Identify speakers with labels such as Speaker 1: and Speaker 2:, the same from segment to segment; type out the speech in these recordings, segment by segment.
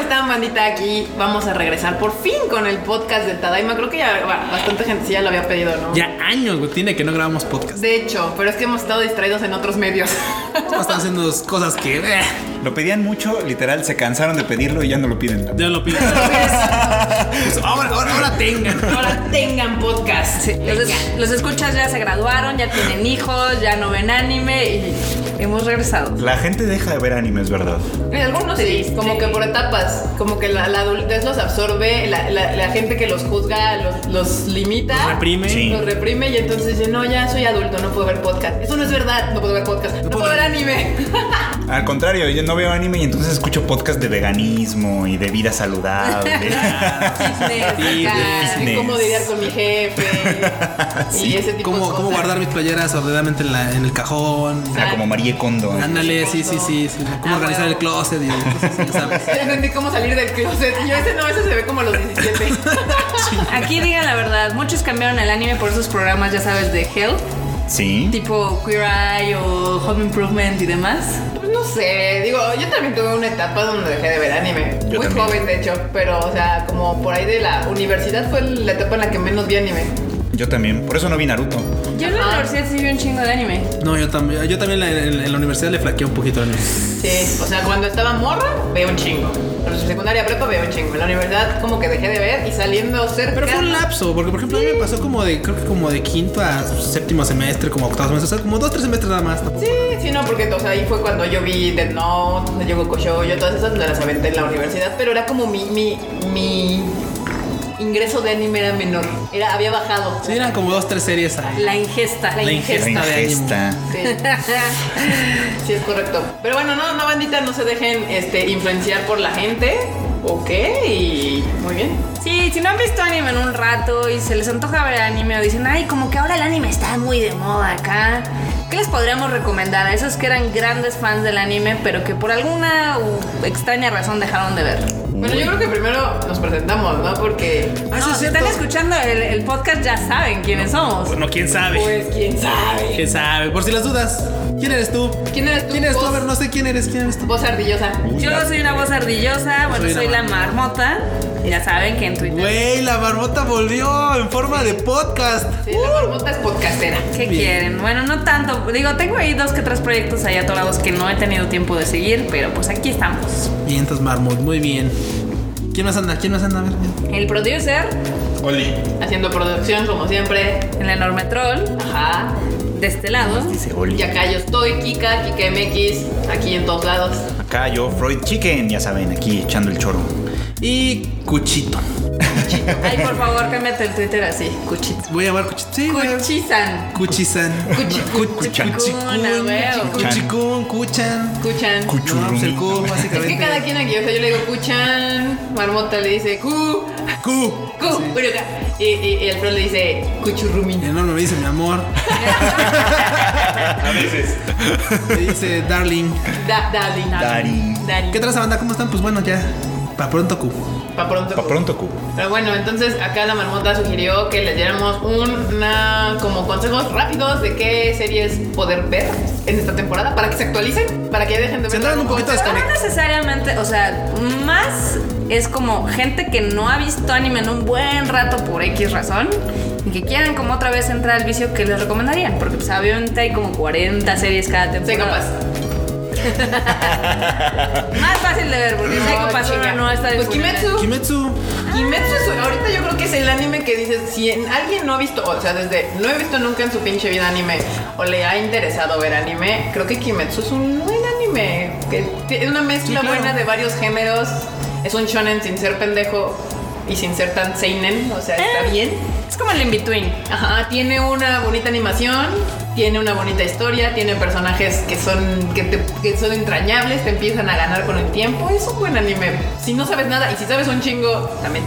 Speaker 1: están, bandita? Aquí vamos a regresar por fin con el podcast de Tadaima. Creo que ya bueno, bastante gente sí ya lo había pedido, ¿no?
Speaker 2: Ya años, güey, tiene que no grabamos podcast.
Speaker 1: De hecho, pero es que hemos estado distraídos en otros medios.
Speaker 2: Están haciendo cosas que. eh,
Speaker 3: Lo pedían mucho, literal, se cansaron de pedirlo y ya no lo piden.
Speaker 2: ya lo pido. Pues ahora, ahora, ahora tengan.
Speaker 1: Ahora tengan podcast.
Speaker 4: Sí, los, es- los escuchas ya se graduaron, ya tienen hijos, ya no ven anime y hemos regresado.
Speaker 3: La gente deja de ver animes, ¿verdad?
Speaker 1: En algunos sí, como que por etapas, como que la, la adultez los absorbe, la, la- la gente que los juzga los, los limita.
Speaker 2: Los reprime.
Speaker 3: Sí.
Speaker 1: Los reprime y entonces dicen, no, ya soy adulto, no puedo ver podcast. Eso no es verdad, no puedo ver podcast. No, puedo ver anime.
Speaker 3: Al contrario, yo no veo anime y entonces escucho podcast de veganismo y de vida saludable.
Speaker 2: Sí,
Speaker 4: acá.
Speaker 3: Fitness.
Speaker 1: cómo lidiar con mi jefe. y ese tipo de
Speaker 2: ¿Cómo,
Speaker 1: cosas.
Speaker 2: cómo guardar mis playeras ordenadamente en, la- en el cajón?
Speaker 3: O sea, como Marie Kondo.
Speaker 2: Ándale, sí, sí, sí. sí. ¿Cómo
Speaker 4: Ah,
Speaker 2: organizar
Speaker 4: huevo.
Speaker 2: el closet? Y cosas así, ¿sabes?
Speaker 1: Ya entendí cómo salir del closet. Y yo ese no, ese se ve como a los 17.
Speaker 4: Aquí digan la verdad, muchos cambiaron el anime por esos programas, ya sabes, de health,
Speaker 3: Sí.
Speaker 4: tipo Queer Eye o Home Improvement y demás.
Speaker 1: Pues no sé, digo, yo también tuve una etapa donde dejé de ver anime.
Speaker 3: Yo
Speaker 1: Muy
Speaker 3: también.
Speaker 1: joven, de hecho, pero, o sea, como por ahí de la universidad fue la etapa en la que menos vi anime.
Speaker 3: Yo también. Por eso no vi Naruto.
Speaker 4: Yo en la
Speaker 1: Ajá.
Speaker 4: universidad sí vi un chingo de anime.
Speaker 2: No, yo también, yo también la- en, en la universidad le flaqueé un poquito al anime.
Speaker 1: Sí, o sea, cuando estaba morra, veo un chingo. En la secundaria prepa veo un chingo. En la universidad como que dejé de ver y saliendo cerca.
Speaker 2: Pero fue un lapso, porque por ejemplo a mí me pasó como de, creo que como de quinto a séptimo semestre, como octavo semestre, o sea, como dos, tres semestres nada más. tampoco.
Speaker 1: Sí, sí, no, porque o sea, ahí fue cuando yo vi Dead Note, cuando llegó Kosho, yo todas esas me las aventé en la universidad, pero era como mi, mi, mi ingreso de anime era menor, era, había bajado.
Speaker 2: Sí, eran como dos, tres series ahí.
Speaker 4: La ingesta, la,
Speaker 2: La
Speaker 4: ingesta.
Speaker 2: ingesta. de
Speaker 3: Ingesta.
Speaker 1: Sí. Sí, es correcto. Pero bueno, no, no, bandita, no se dejen este, influenciar por la gente. Ok, y muy bien.
Speaker 4: Sí, si no han visto anime en un rato y se les antoja ver anime o dicen, ay, como que ahora el anime está muy de moda acá, ¿qué les podríamos recomendar a esos que eran grandes fans del anime pero que por alguna u- extraña razón dejaron de ver?
Speaker 1: Bueno, yo creo que primero nos presentamos, ¿no? Porque,
Speaker 2: Ah, sí,
Speaker 4: no,
Speaker 2: es
Speaker 4: si están
Speaker 2: cierto.
Speaker 4: escuchando el, el podcast ya saben quiénes somos.
Speaker 2: Bueno, quién sabe.
Speaker 1: pues, quién sabe.
Speaker 2: ¿Quién sabe? Por si las dudas, ¿quién eres tú?
Speaker 1: ¿Quién eres tú?
Speaker 2: ¿Quién eres tú? A
Speaker 1: Vos.
Speaker 2: ver, no sé quién eres, ¿quién eres tú?
Speaker 1: Voz ardillosa.
Speaker 3: Uy,
Speaker 4: Yo
Speaker 3: la-
Speaker 4: soy una voz ardillosa, bueno,
Speaker 2: Soy
Speaker 4: soy,
Speaker 2: la
Speaker 4: la marmota. Ya saben que en Twitter...
Speaker 2: Güey, la marmota volvió en forma de podcast.
Speaker 1: Sí, la marmota es podcastera.
Speaker 4: ¿Qué
Speaker 2: Bien.
Speaker 4: quieren? Bueno, no tanto. Digo, tengo ahí dos que tres proyectos ahí atorados que no he tenido tiempo de seguir, pero pues aquí estamos.
Speaker 2: Vientos marmot, muy bien. ¿Quién más anda? ¿Quién más anda? A ver.
Speaker 4: El producer,
Speaker 3: Oli.
Speaker 1: Haciendo producción, como siempre.
Speaker 4: el enorme troll,
Speaker 1: Ajá.
Speaker 4: de este lado.
Speaker 3: Dice Oli.
Speaker 1: Y acá yo estoy, Kika, Kika MX, aquí en todos lados.
Speaker 3: Acá yo, Freud Chicken, ya saben, aquí echando el choro.
Speaker 2: Y Cuchito.
Speaker 4: Ay, por favor, cámbiate el Twitter así, cuchito.
Speaker 2: Voy a llamar Cuchito. Sí, güey.
Speaker 4: Cuchizan.
Speaker 2: Cuchizan.
Speaker 1: Cuchi-
Speaker 3: Cuchan.
Speaker 4: Cuchicún, a huevo.
Speaker 2: Cuchicún, Cuchan.
Speaker 1: Escuchan.
Speaker 2: No, pues el Q,
Speaker 1: Es
Speaker 2: básicamente.
Speaker 1: que cada quien aquí, o sea, yo le digo Cuchan, Marmota le dice Cu,
Speaker 2: Q.
Speaker 1: Cu, Uruga. Y, y, y el pro le dice Cuchurrumín.
Speaker 2: Enorme me dice mi amor.
Speaker 3: A veces.
Speaker 2: Me dice darling.
Speaker 1: Da, Dali.
Speaker 3: Dari.
Speaker 1: Dali.
Speaker 2: ¿Qué tal esa banda? ¿Cómo están? Pues bueno, ya. Para pronto Q.
Speaker 1: Pa' pronto.
Speaker 3: Pa' pronto, Q.
Speaker 1: Pero bueno, entonces acá la marmota sugirió que les diéramos una como consejos rápidos de qué series poder ver en esta temporada para que se actualicen, para que ya dejen de ver.
Speaker 2: Se andaron un
Speaker 1: como-
Speaker 2: poquito
Speaker 4: No
Speaker 2: desconectados.
Speaker 4: necesariamente, o sea, más es como gente que no ha visto anime en un buen rato por X razón y que quieren como otra vez entrar al vicio que les recomendarían, porque pues obviamente hay como 40 series cada
Speaker 1: Sé capaz.
Speaker 4: temporada. Más fácil de ver, porque Psycho Pass
Speaker 1: chica.
Speaker 4: uno no está
Speaker 1: Pues
Speaker 4: disponible.
Speaker 1: Kimetsu.
Speaker 2: Kimetsu.
Speaker 1: Kimetsu es- ahorita yo creo que es el anime que dices, si en- alguien no ha visto, o sea, desde no he visto nunca en su pinche vida anime o le ha interesado ver anime, creo que Kimetsu es un buen anime, que t- es una mezcla
Speaker 2: Sí, claro.
Speaker 1: buena de varios géneros, es un shonen sin ser pendejo y sin ser tan seinen, o sea, está
Speaker 2: Eh.
Speaker 1: bien.
Speaker 4: Eh, Es como el in-between.
Speaker 1: Ajá, tiene una bonita animación, tiene una bonita historia, tiene personajes que son que, te- que son entrañables, te empiezan a ganar con el tiempo, es un buen anime. Si no sabes nada y si sabes un chingo, también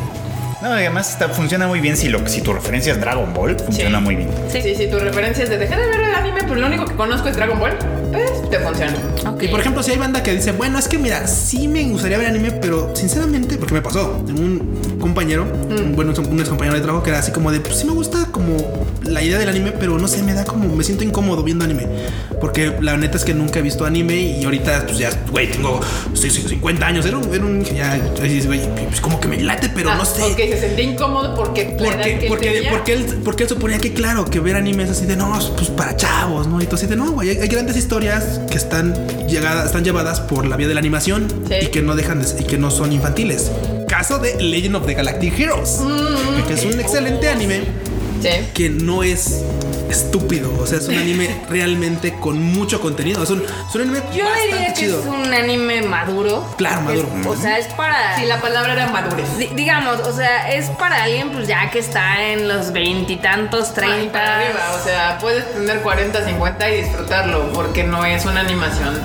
Speaker 3: No, además está, funciona muy bien si, lo, si tu referencia es Dragon Ball, funciona
Speaker 1: Sí.
Speaker 3: muy bien.
Speaker 1: pues Sí, sí, tu referencia es de dejé de ver el anime, pero lo único que conozco es Dragon Ball. pues te funciona.
Speaker 4: Ok.
Speaker 2: Y por ejemplo, si hay banda que dice, bueno, es que mira, sí me gustaría ver anime, pero sinceramente, porque me pasó, tengo un compañero, un, bueno, un ex compañero de trabajo que era así como de, pues sí me gusta como la idea del anime, pero no sé, me da como, me siento incómodo viendo anime. Porque la neta es que nunca he visto anime y ahorita, pues ya, güey, tengo sí, sí, 50 años, era un, era un ya, dices, güey, pues como que me late, pero
Speaker 1: Ah,
Speaker 2: no sé.
Speaker 1: Porque se sentía incómodo porque la edad que
Speaker 2: Porque,
Speaker 1: él
Speaker 2: porque,
Speaker 1: tenía-
Speaker 2: porque, él, porque él suponía que, claro, que ver anime es así de no, pues para chavos, ¿no? Y tú así de no, güey. Hay, hay grandes historias que están, llegadas, están llevadas por la vía de la animación
Speaker 1: Sí.
Speaker 2: y que no dejan de, y que no son infantiles. Caso de Legend of the Galactic Heroes,
Speaker 1: Mm.
Speaker 4: Mm.
Speaker 2: que
Speaker 4: Oh.
Speaker 2: es un excelente anime
Speaker 1: Sí.
Speaker 2: que no es estúpido. O sea, es un anime realmente con mucho contenido. Es un, es un anime
Speaker 4: Yo
Speaker 2: bastante
Speaker 4: diría que
Speaker 2: chido.
Speaker 4: es un anime maduro.
Speaker 2: Claro, maduro.
Speaker 4: Es- o sea, es para.
Speaker 1: Si la palabra era madurez.
Speaker 4: di- digamos, o sea, es para alguien pues ya que está en los veintitantos,
Speaker 1: Ay, para
Speaker 4: treinta.
Speaker 1: arriba, o sea, puedes tener 40, 50 y disfrutarlo, porque no es una animación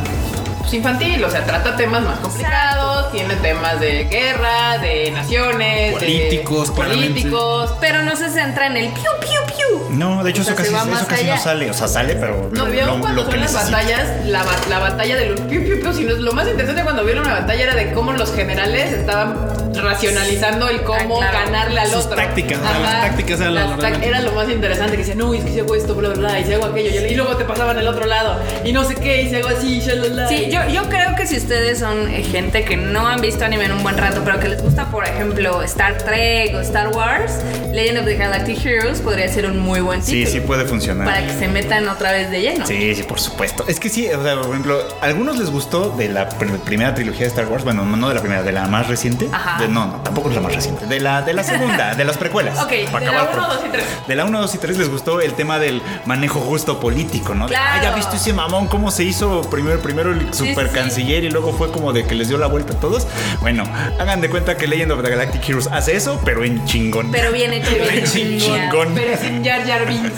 Speaker 1: pues, infantil, o sea, trata temas más complicados, tiene temas de guerra, de naciones, de
Speaker 2: Políticos, claramente.
Speaker 1: políticos.
Speaker 4: Pero no se centra en el piu, piu, piu.
Speaker 3: No, de hecho
Speaker 4: O sea,
Speaker 3: eso casi,
Speaker 4: se va
Speaker 3: eso
Speaker 4: más
Speaker 3: casi
Speaker 4: allá.
Speaker 3: no sale. O sea, sale, pero
Speaker 1: No,
Speaker 3: lo,
Speaker 1: vio
Speaker 3: lo-
Speaker 1: cuando
Speaker 3: lo que
Speaker 1: son las
Speaker 3: necesita.
Speaker 1: batallas, la, ba- la batalla de los piu piu piu, sino es lo más interesante cuando vieron la batalla era de cómo los generales estaban racionalizando el cómo
Speaker 4: Ah, claro.
Speaker 1: ganarle al
Speaker 2: Sus
Speaker 1: otro.
Speaker 2: tácticas, ¿no? Las tácticas eran lo-
Speaker 1: Las
Speaker 2: lo
Speaker 1: tac-
Speaker 2: realmente-
Speaker 1: era lo más interesante que decían, no, es que si hago esto, bla, bla, bla, y si hago aquello, y luego te pasaban al otro lado, y no sé qué, y si hago así, shalala.
Speaker 4: Sí, yo, yo creo que si ustedes son eh, gente que no han visto anime en un buen rato, pero que les gusta, por ejemplo, Star Trek o Star Wars, Legend of the Galactic Heroes podría ser un muy buen
Speaker 3: Sí,
Speaker 4: título.
Speaker 3: sí puede funcionar.
Speaker 4: Para que se metan otra vez de lleno.
Speaker 3: Sí, sí, por supuesto. Es que sí, o sea, por ejemplo, a algunos les gustó de la pr- primera trilogía de Star Wars, bueno, no de la primera, de la más reciente.
Speaker 4: Ajá.
Speaker 3: De- no, no, tampoco es la más reciente. De la, de la segunda, de las precuelas.
Speaker 4: Ok, de
Speaker 3: Para
Speaker 1: de la
Speaker 3: acabar
Speaker 1: 1,
Speaker 3: pronto.
Speaker 1: 2 y 3.
Speaker 3: De la 1, 2 y 3 les gustó el tema del manejo justo político, ¿no? De,
Speaker 4: Claro.
Speaker 3: Ah, ya viste ese mamón, cómo se hizo primero, primero el
Speaker 4: Sí,
Speaker 3: super canciller y luego fue como de que les dio la vuelta a todos. Bueno, hagan de cuenta que Legend of the Galactic Heroes hace eso, pero en chingón.
Speaker 4: Pero bien hecho.
Speaker 3: Pero
Speaker 4: bien
Speaker 3: en chin-
Speaker 4: hecho.
Speaker 3: chingón.
Speaker 1: Pero sin Jar Jar Binks.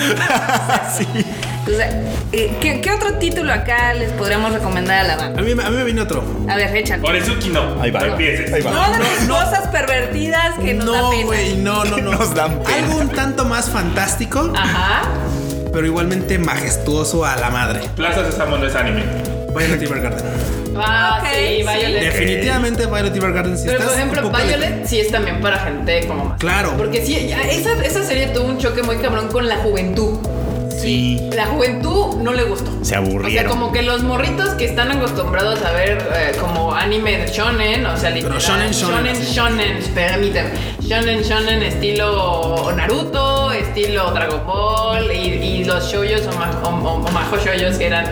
Speaker 3: Sí.
Speaker 4: O sea, eh, ¿qué, qué otro título acá les podríamos recomendar a la banda?
Speaker 2: A mí, me- a mí me vino otro.
Speaker 4: A ver, échale.
Speaker 5: Orezuki no.
Speaker 3: Ahí va.
Speaker 5: No empieces.
Speaker 3: Ahí va.
Speaker 4: No de las cosas pervertidas que nos da
Speaker 2: no,
Speaker 4: pena.
Speaker 2: güey, no, no, no.
Speaker 3: Nos dan pena.
Speaker 2: Algo un tanto más fantástico.
Speaker 1: Ajá.
Speaker 2: pero igualmente majestuoso a la madre.
Speaker 5: Plaza Sésamo no es anime.
Speaker 2: Violet Evergarden.
Speaker 1: Ah,
Speaker 4: Ok,
Speaker 1: sí, Violet.
Speaker 2: Definitivamente Violet Evergarden. Si
Speaker 1: Pero
Speaker 2: estás
Speaker 1: por ejemplo,
Speaker 2: un poco de-
Speaker 1: Violet sí es también para gente como más.
Speaker 2: Claro.
Speaker 1: Porque sí, ya, esa, esa serie tuvo un choque muy cabrón con la juventud.
Speaker 3: Sí.
Speaker 1: La juventud no le gustó.
Speaker 3: Se
Speaker 1: O sea,
Speaker 3: aburrieron.
Speaker 1: como que los morritos que están acostumbrados a ver eh, como anime de shonen, o sea, literal.
Speaker 2: shonen, shonen,
Speaker 1: Shonen,
Speaker 2: así.
Speaker 1: shonen, permíteme. Shonen, shonen, estilo Naruto, estilo Dragon Ball, y, y los shoyos o, ma- o, o- o majo shoyos que eran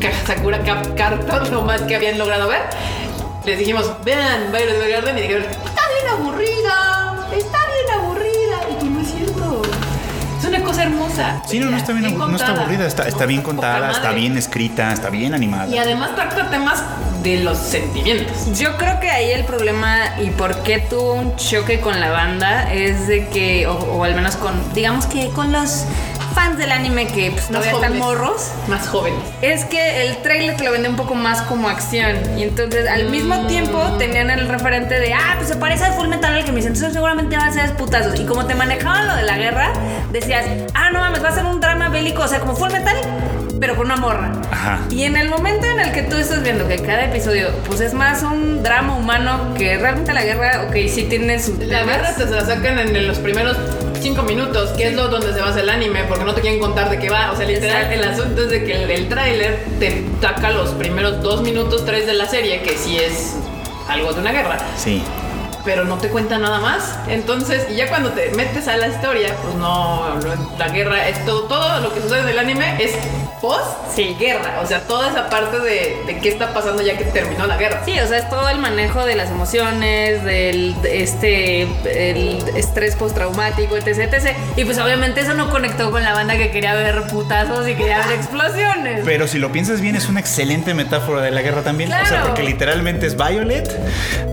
Speaker 1: Ka- Sakura Cap Carton, lo más que habían logrado ver. Les dijimos, vean Violet Evergarden, y dijeron, está bien aburrida, está bien aburrida. Y tú no es cierto. Es una cosa hermosa.
Speaker 3: Sí, no, no está bien,
Speaker 1: Bien
Speaker 3: aburrida, no está
Speaker 1: contada.
Speaker 3: aburrida, está, está bien
Speaker 1: Poca
Speaker 3: contada, está
Speaker 1: madre.
Speaker 3: bien escrita, está bien animada.
Speaker 1: Y además trata temas de los sentimientos.
Speaker 4: Yo creo que ahí el problema y por qué tuvo un choque con la banda es de que, o, o al menos con, digamos que con los fans del anime que pues,
Speaker 1: Más
Speaker 4: todavía están
Speaker 1: jóvenes.
Speaker 4: morros,
Speaker 1: Más jóvenes.
Speaker 4: es que el trailer te lo vende un poco más como acción. Y entonces al mismo tiempo tenían el referente de, ah, pues se parece a Full Metal Alchemist, entonces seguramente van a ser putazos. Y como te manejaban lo de la guerra, decías, ah, no mames, va a ser un drama bélico, o sea, como Full Metal, pero con una morra.
Speaker 3: Ajá.
Speaker 4: Y en el momento en el que tú estás viendo que cada episodio, pues es más un drama humano que realmente la guerra, ok, sí tiene su...
Speaker 1: La guerra te la sacan en los primeros cinco minutos, que es lo donde se basa el anime, porque no te quieren contar de qué va. O sea, literal, el
Speaker 4: Exacto.
Speaker 1: asunto es de que el, el tráiler te saca los primeros dos minutos, tres de la serie, que sí es algo de una guerra,
Speaker 3: Sí.
Speaker 1: pero no te cuenta nada más. Entonces, y ya cuando te metes a la historia, pues no, no, la guerra es todo, todo lo que sucede en el anime es post
Speaker 4: Sí.
Speaker 1: guerra, o sea, toda esa parte de, de qué está pasando ya que terminó la guerra.
Speaker 4: Sí, o sea, es todo el manejo de las emociones, del de este el estrés postraumático, etc, etc. Y pues obviamente eso no conectó con la banda que quería ver putazos y quería ver explosiones.
Speaker 3: Pero si lo piensas bien, es una excelente metáfora de la guerra también. O sea,
Speaker 4: Claro.
Speaker 3: porque literalmente es Violet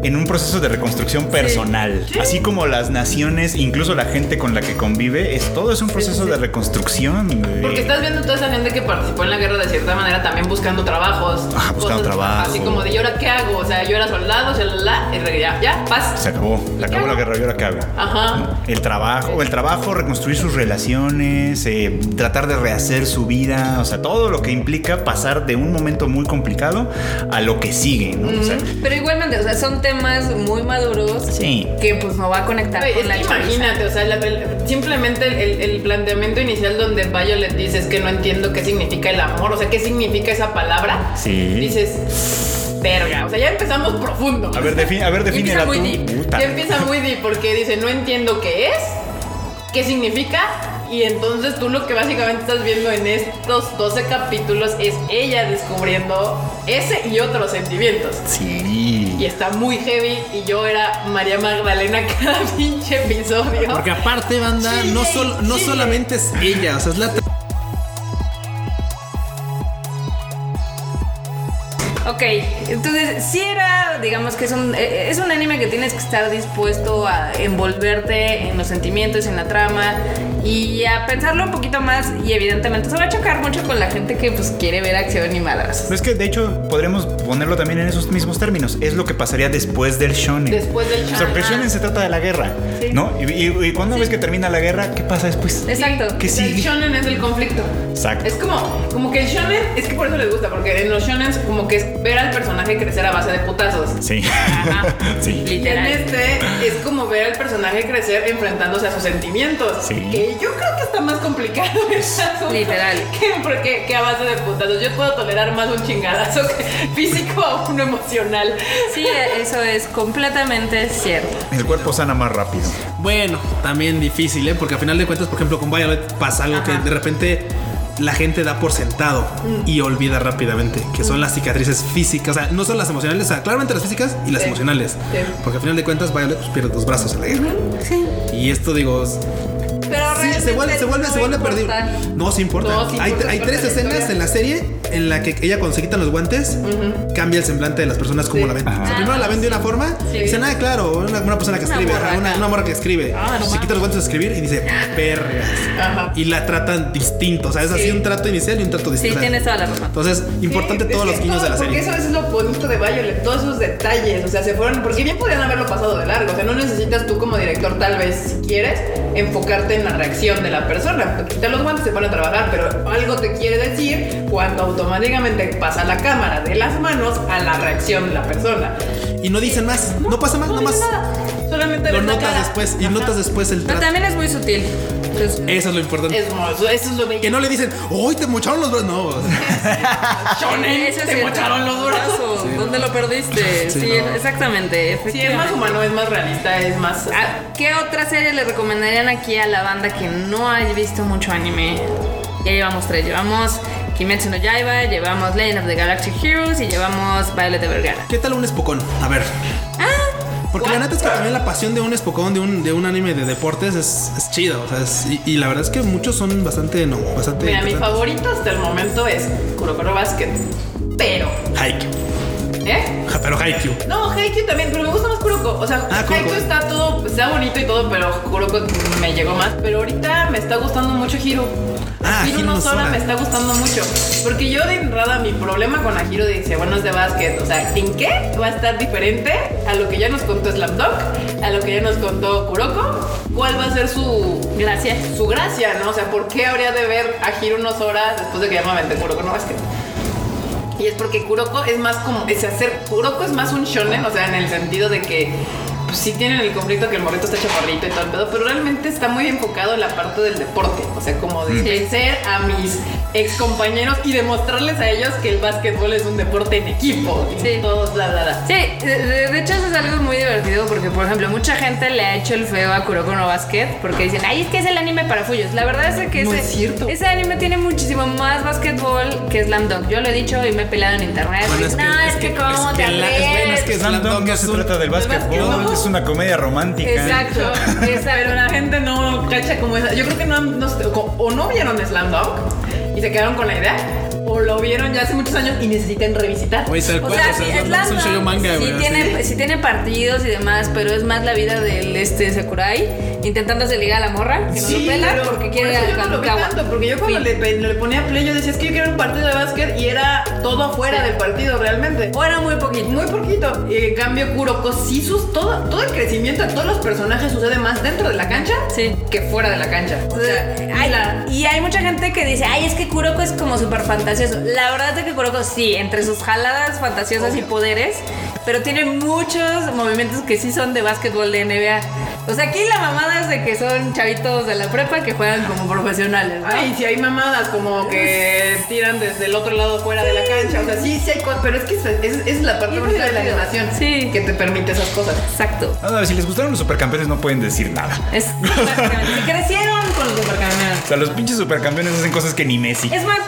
Speaker 3: en un proceso de evolución personal.
Speaker 1: Sí.
Speaker 3: Así como las naciones, incluso la gente con la que convive, es todo es un
Speaker 1: sí,
Speaker 3: proceso
Speaker 1: sí.
Speaker 3: de reconstrucción. güey.
Speaker 1: Porque estás viendo toda esa gente que participó en la guerra de cierta manera también buscando trabajos.
Speaker 3: Ajá, buscando trabajo.
Speaker 1: Así como de, ¿y ahora qué hago? O sea, yo era soldado, shalala, y re- ya, ya, paz.
Speaker 3: Se acabó, se acabó la guerra, ¿y ahora qué hago?
Speaker 1: Ajá.
Speaker 3: El trabajo, el trabajo, reconstruir sus relaciones, eh, tratar de rehacer su vida, o sea, todo lo que implica pasar de un momento muy complicado a lo que sigue, ¿no? O sea,
Speaker 4: Pero igualmente, o sea, son temas muy maduros
Speaker 3: sí.
Speaker 4: que pues no va a conectar
Speaker 1: Güey,
Speaker 4: con
Speaker 1: es
Speaker 4: la
Speaker 1: que
Speaker 4: chaviza.
Speaker 1: imagínate, o sea, la- el- simplemente el, el planteamiento inicial donde Violet dice es que no entiendo qué significa el amor, o sea, qué significa esa palabra.
Speaker 3: Sí.
Speaker 1: Dices, verga, o sea, ya empezamos profundo.
Speaker 3: A ver, define, a ver, define
Speaker 1: empieza
Speaker 3: la
Speaker 1: muy
Speaker 3: tú.
Speaker 1: deep.
Speaker 3: Puta.
Speaker 1: Ya empieza muy deep porque dice, no entiendo qué es, qué significa. Y entonces tú lo que básicamente estás viendo en estos 12 capítulos es ella descubriendo ese y otros sentimientos.
Speaker 3: Sí.
Speaker 1: Y está muy heavy y yo era María Magdalena cada pinche episodio.
Speaker 2: Porque aparte, banda, no, sol- no solamente es ella, o sea, es la
Speaker 4: Ok, entonces sí era, digamos que es un, eh, es un anime que tienes que estar dispuesto a envolverte en los sentimientos, en la trama y a pensarlo un poquito más y evidentemente se va a chocar mucho con la gente que pues quiere ver acción y malas.
Speaker 3: Pero es que de hecho podremos ponerlo también en esos mismos términos. Es lo que pasaría después del shonen.
Speaker 1: Después del
Speaker 3: O sea, porque el
Speaker 1: shonen.
Speaker 3: shonen se trata de la guerra,
Speaker 4: Sí.
Speaker 3: ¿no? Y, y- y cuando ves que termina la guerra, ¿qué pasa después?
Speaker 4: Exacto.
Speaker 3: ¿Qué
Speaker 1: El
Speaker 3: sigue?
Speaker 1: shonen es el conflicto.
Speaker 3: Exacto.
Speaker 1: Es como, como que el shonen, es que por eso les gusta, porque en los shonens como que es ver al personaje crecer a base de putazos.
Speaker 3: Sí.
Speaker 1: Ajá.
Speaker 3: sí.
Speaker 1: Y en
Speaker 4: Literal.
Speaker 1: este es como ver al personaje crecer enfrentándose a sus sentimientos.
Speaker 3: Sí.
Speaker 1: Que yo creo que está más complicado ese asunto
Speaker 4: Literal.
Speaker 1: Que, porque, que a base de putazos. Yo puedo tolerar más un chingadazo que físico a uno emocional.
Speaker 4: Sí, eso es completamente cierto.
Speaker 3: El cuerpo sana más rápido.
Speaker 2: Bueno, también difícil, ¿eh? Porque al final de cuentas, por ejemplo, con Violet pasa algo que de repente la gente da por sentado
Speaker 1: Mm.
Speaker 2: y olvida rápidamente, que son las cicatrices físicas, o sea, no son las emocionales, o sea, claramente las físicas y las
Speaker 1: Sí.
Speaker 2: emocionales.
Speaker 1: Sí.
Speaker 2: Porque al final de cuentas, Violet pues, pierde los brazos en la guerra. Y esto, digo, es-
Speaker 4: Pero
Speaker 2: sí, se vuelve,
Speaker 4: realmente
Speaker 2: se vuelve,
Speaker 4: no
Speaker 2: se vuelve perdido.
Speaker 4: importa.
Speaker 2: No, se importa.
Speaker 1: No, sí
Speaker 2: hay
Speaker 1: importa,
Speaker 2: hay
Speaker 1: importa
Speaker 2: tres
Speaker 1: la
Speaker 2: escenas
Speaker 1: historia.
Speaker 2: en la serie en la que ella cuando se quitan los guantes cambia el semblante de las personas como
Speaker 1: Sí.
Speaker 2: la ven.
Speaker 3: Ajá.
Speaker 2: O sea, primero la ven de una forma
Speaker 1: Sí.
Speaker 2: y dice, nada, claro, una, una persona que
Speaker 4: Una
Speaker 2: escribe, ajá,
Speaker 4: morra
Speaker 2: una,
Speaker 4: acá.
Speaker 2: una morra que escribe. se quita los guantes de escribir y dice, perras.
Speaker 1: Ah, Ajá.
Speaker 2: Y la tratan distinto. O sea, es así
Speaker 1: Sí.
Speaker 2: un trato inicial y un trato
Speaker 4: Sí,
Speaker 2: distinto. O sea,
Speaker 4: tienes toda la razón.
Speaker 2: Entonces, importante
Speaker 1: Sí,
Speaker 2: todos
Speaker 1: es
Speaker 2: los
Speaker 1: que
Speaker 2: guiños de
Speaker 1: todo-
Speaker 2: la
Speaker 1: Porque
Speaker 2: serie.
Speaker 1: eso es lo bonito de Violet, todos esos detalles. O sea, se fueron. Porque bien podrían haberlo pasado de largo. O sea, no necesitas tú como director, tal vez, si quieres, enfocarte en la reacción de la persona. Quita los guantes, se pone a trabajar, pero algo te quiere decir cuando automáticamente pasa la cámara de las manos a la reacción de la persona.
Speaker 2: Y no dicen más, no pasa más,
Speaker 1: No
Speaker 2: nada
Speaker 1: dice
Speaker 2: más.
Speaker 1: nada. Solamente
Speaker 2: Lo
Speaker 1: ves la
Speaker 2: notas
Speaker 1: cara.
Speaker 2: después y
Speaker 1: Ajá.
Speaker 2: notas después el
Speaker 4: Pero
Speaker 2: trato.
Speaker 4: también es muy sutil. Entonces,
Speaker 1: Eh,
Speaker 2: Eso es lo importante.
Speaker 1: Es hermoso, eso es lo bello.
Speaker 2: Que no le dicen, hoy te mocharon los brazos. No, o sea,
Speaker 1: Shonen,
Speaker 4: Eso es
Speaker 1: te
Speaker 4: cierto.
Speaker 1: mocharon los brazos.
Speaker 4: ¿Dónde lo perdiste?
Speaker 2: Sí,
Speaker 4: Sí,
Speaker 2: no.
Speaker 4: exactamente.
Speaker 1: Sí, es más
Speaker 4: efectivamente.
Speaker 1: humano, es más realista, es más.
Speaker 4: Ah, ¿Qué otra serie le recomendarían aquí a la banda que no haya visto mucho anime? Ya llevamos tres, llevamos Kimetsu no Yaiba, llevamos Legend of the Galactic Heroes y llevamos Violet Evergarden.
Speaker 2: ¿Qué tal un espocón? A ver.
Speaker 1: Ah,
Speaker 2: Porque la neta es que también la pasión de un espocón, de un, de un anime de deportes, es, es chido. O sea, es- y, y la verdad es que muchos son bastante, no, bastante.
Speaker 1: Mira, mi
Speaker 2: interesantes.
Speaker 1: favorito hasta el momento es Kurokoro Basket. Pero,
Speaker 2: Haikyuu.
Speaker 1: ¿eh?
Speaker 2: Ja, Pero Haikyuu.
Speaker 1: No, Haikyuu también, pero me gusta más Kuroko. O sea,
Speaker 2: Ah, Kuroko.
Speaker 1: Haikyuu está todo, está bonito y todo, pero Kuroko me llegó más. Pero ahorita me está gustando mucho Hiro.
Speaker 2: Ah,
Speaker 1: Hiro
Speaker 2: Hiro no
Speaker 1: no Sora
Speaker 2: Sora.
Speaker 1: me está gustando mucho. Porque yo de entrada mi problema con Hiro dice, bueno, es de básquet. O sea, ¿en qué va a estar diferente a lo que ya nos contó Slam Dunk? A lo que ya nos contó Kuroko. ¿Cuál va a ser su,
Speaker 4: Gracias.
Speaker 1: su gracia, ¿no? O sea, ¿por qué habría de ver a Hiro unas horas después de que ya me aventé Kuroko no Basket? Y es porque Kuroko es más como, es hacer, Kuroko es más un shonen, o sea, en el sentido de que pues, sí tienen el conflicto que el morrito está chaparrito y todo el pedo, pero realmente está muy enfocado en la parte del deporte, o sea, como
Speaker 4: Mm.
Speaker 1: de vencer a mis ex compañeros y demostrarles a ellos que el básquetbol es un deporte en equipo, y
Speaker 4: Sí.
Speaker 1: todo, bla, bla, bla.
Speaker 4: Sí, de, de- de hecho eso es algo muy divertido porque, por ejemplo, mucha gente le ha hecho el feo a Kuroko no Basket porque dicen, ay, es que es el anime para fullos. La verdad es que
Speaker 1: No
Speaker 4: ese,
Speaker 1: es cierto.
Speaker 4: ese anime tiene muchísimo más basquetbol que Slam Dunk. Yo lo he dicho y me he peleado en internet.
Speaker 2: Bueno,
Speaker 4: no, es que, cómo
Speaker 2: es
Speaker 4: te
Speaker 2: que la- es bueno, es
Speaker 4: atreves.
Speaker 2: que Slam
Speaker 3: Slam Dunk
Speaker 2: Dunk
Speaker 3: no
Speaker 2: es
Speaker 3: se
Speaker 2: un-
Speaker 3: trata del básquetbol,
Speaker 1: básquetbol.
Speaker 3: es una comedia romántica.
Speaker 4: Exacto, exacto.
Speaker 1: Pero la gente no cacha como esa. Yo creo que no, han- no sé, o o no vieron Slam Dunk y se quedaron con la idea. o lo vieron ya hace muchos años y necesitan revisitar.
Speaker 2: Güey, tal
Speaker 4: O
Speaker 2: cual,
Speaker 4: sea,
Speaker 2: o
Speaker 4: sí,
Speaker 2: sea,
Speaker 4: es
Speaker 2: no-
Speaker 4: la-
Speaker 2: no es un shoujo manga,
Speaker 4: sí
Speaker 2: güey. así.
Speaker 4: tiene, pues, sí tiene partidos y demás, pero es más la vida del este Sakurai intentando se ligar a la morra, que no lo pela
Speaker 1: pero
Speaker 4: porque quiere ir
Speaker 1: por eso
Speaker 4: al
Speaker 1: yo no lo vi
Speaker 4: Kadokawa.
Speaker 1: tanto, porque yo cuando
Speaker 4: Fin.
Speaker 1: le, pe- le ponía play yo decía es que yo quiero un partido de básquet y era todo afuera
Speaker 4: Sí.
Speaker 1: del partido realmente.
Speaker 4: O era muy poquito.
Speaker 1: Muy poquito. Y en cambio, Kuroko, sí, sus, todo, todo el crecimiento de todos los personajes sucede más dentro de la cancha
Speaker 4: Sí.
Speaker 1: que fuera de la cancha. O sea,
Speaker 4: Ay,
Speaker 1: la-
Speaker 4: y hay mucha gente que dice, ay, es que Kuroko es como súper fantasioso. La verdad es que Kuroko sí, entre sus jaladas fantasiosas y poderes, pero tiene muchos movimientos que sí son de básquetbol de NBA. O sea, aquí la mamada es de que son chavitos de la prepa que juegan como profesionales, ¿no?
Speaker 1: Ay, si hay mamadas como que tiran desde el otro lado fuera de la cancha. O sea, sí, sí hay cosas, pero es que esa es, esa es la parte
Speaker 4: Y es
Speaker 1: bonita de la
Speaker 4: divertido.
Speaker 1: animación
Speaker 4: Sí.
Speaker 1: que te permite esas cosas.
Speaker 4: Exacto.
Speaker 3: Ah, no, si les gustaron los supercampeones no pueden decir nada.
Speaker 4: Es básicamente, crecieron con los supercampeones.
Speaker 3: O sea, los pinches supercampeones hacen cosas que ni Messi.
Speaker 4: Es más,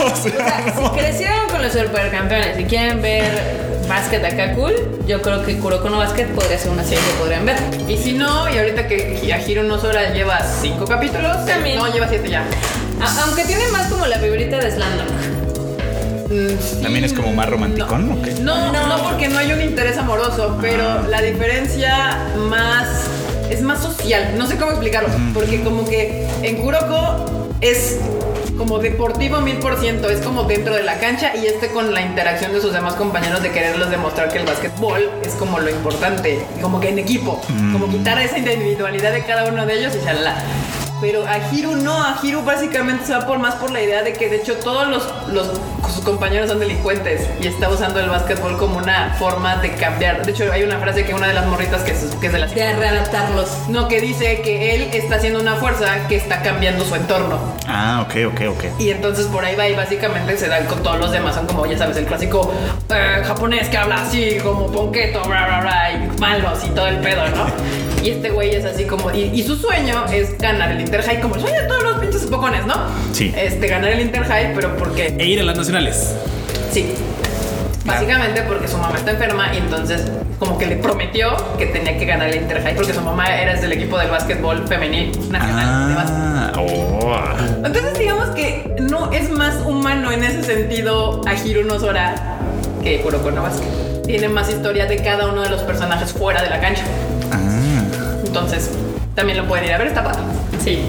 Speaker 4: o sea, si crecieron con los supercampeones y quieren ver básquet acá cool, yo creo que Kuroko no Basket podría ser una serie que podrían ver.
Speaker 1: Y si no, y ahorita que Hiro no Sora lleva cinco capítulos,
Speaker 4: También.
Speaker 1: no, lleva siete ya.
Speaker 4: A- aunque tiene más como la vibrita de Slandon.
Speaker 1: Mm,
Speaker 3: ¿También es como más romanticón o qué?
Speaker 1: No,
Speaker 4: No.
Speaker 1: no, porque no hay un interés amoroso, pero la diferencia más es más social. No sé cómo explicarlo, porque como que en Kuroko es como deportivo mil por ciento, es como dentro de la cancha y este con la interacción de sus demás compañeros de quererles demostrar que el básquetbol es como lo importante, como que en equipo, como quitar esa individualidad de cada uno de ellos y shalala. Pero a Hiru no, a Hiru básicamente se va por más por la idea de que de hecho todos los, los- sus compañeros son delincuentes y está usando el básquetbol como una forma de cambiar. De hecho hay una frase que una de las morritas que es, que es de las...
Speaker 4: De readaptarlos.
Speaker 1: No, que dice que él está haciendo una fuerza que está cambiando su entorno.
Speaker 3: Ah, ok, ok, ok.
Speaker 1: Y entonces por ahí va y básicamente se dan con todos los demás. Son como, ya sabes, el clásico eh, japonés que habla así, como ponqueto, bla, bla, bla, y malos y todo el pedo, ¿no? Y este güey es así como. Y, y su sueño es ganar el Interhigh, como el sueño de todos los pinches pocones, ¿no?
Speaker 3: Sí.
Speaker 1: Este, ganar el Interhigh, pero porque.
Speaker 2: E ir a las nacionales.
Speaker 1: Sí.
Speaker 3: Claro.
Speaker 1: Básicamente porque su mamá está enferma y entonces como que le prometió que tenía que ganar el Interhigh porque su mamá era del equipo del básquetbol femenil nacional de básquet.
Speaker 3: Ah, oh.
Speaker 1: Entonces digamos que no es más humano en ese sentido a Hiro no Sora que Kuroko no Basket. Tiene más historia de cada uno de los personajes fuera de la cancha. Entonces también lo pueden ir a ver, está padre.
Speaker 4: Sí.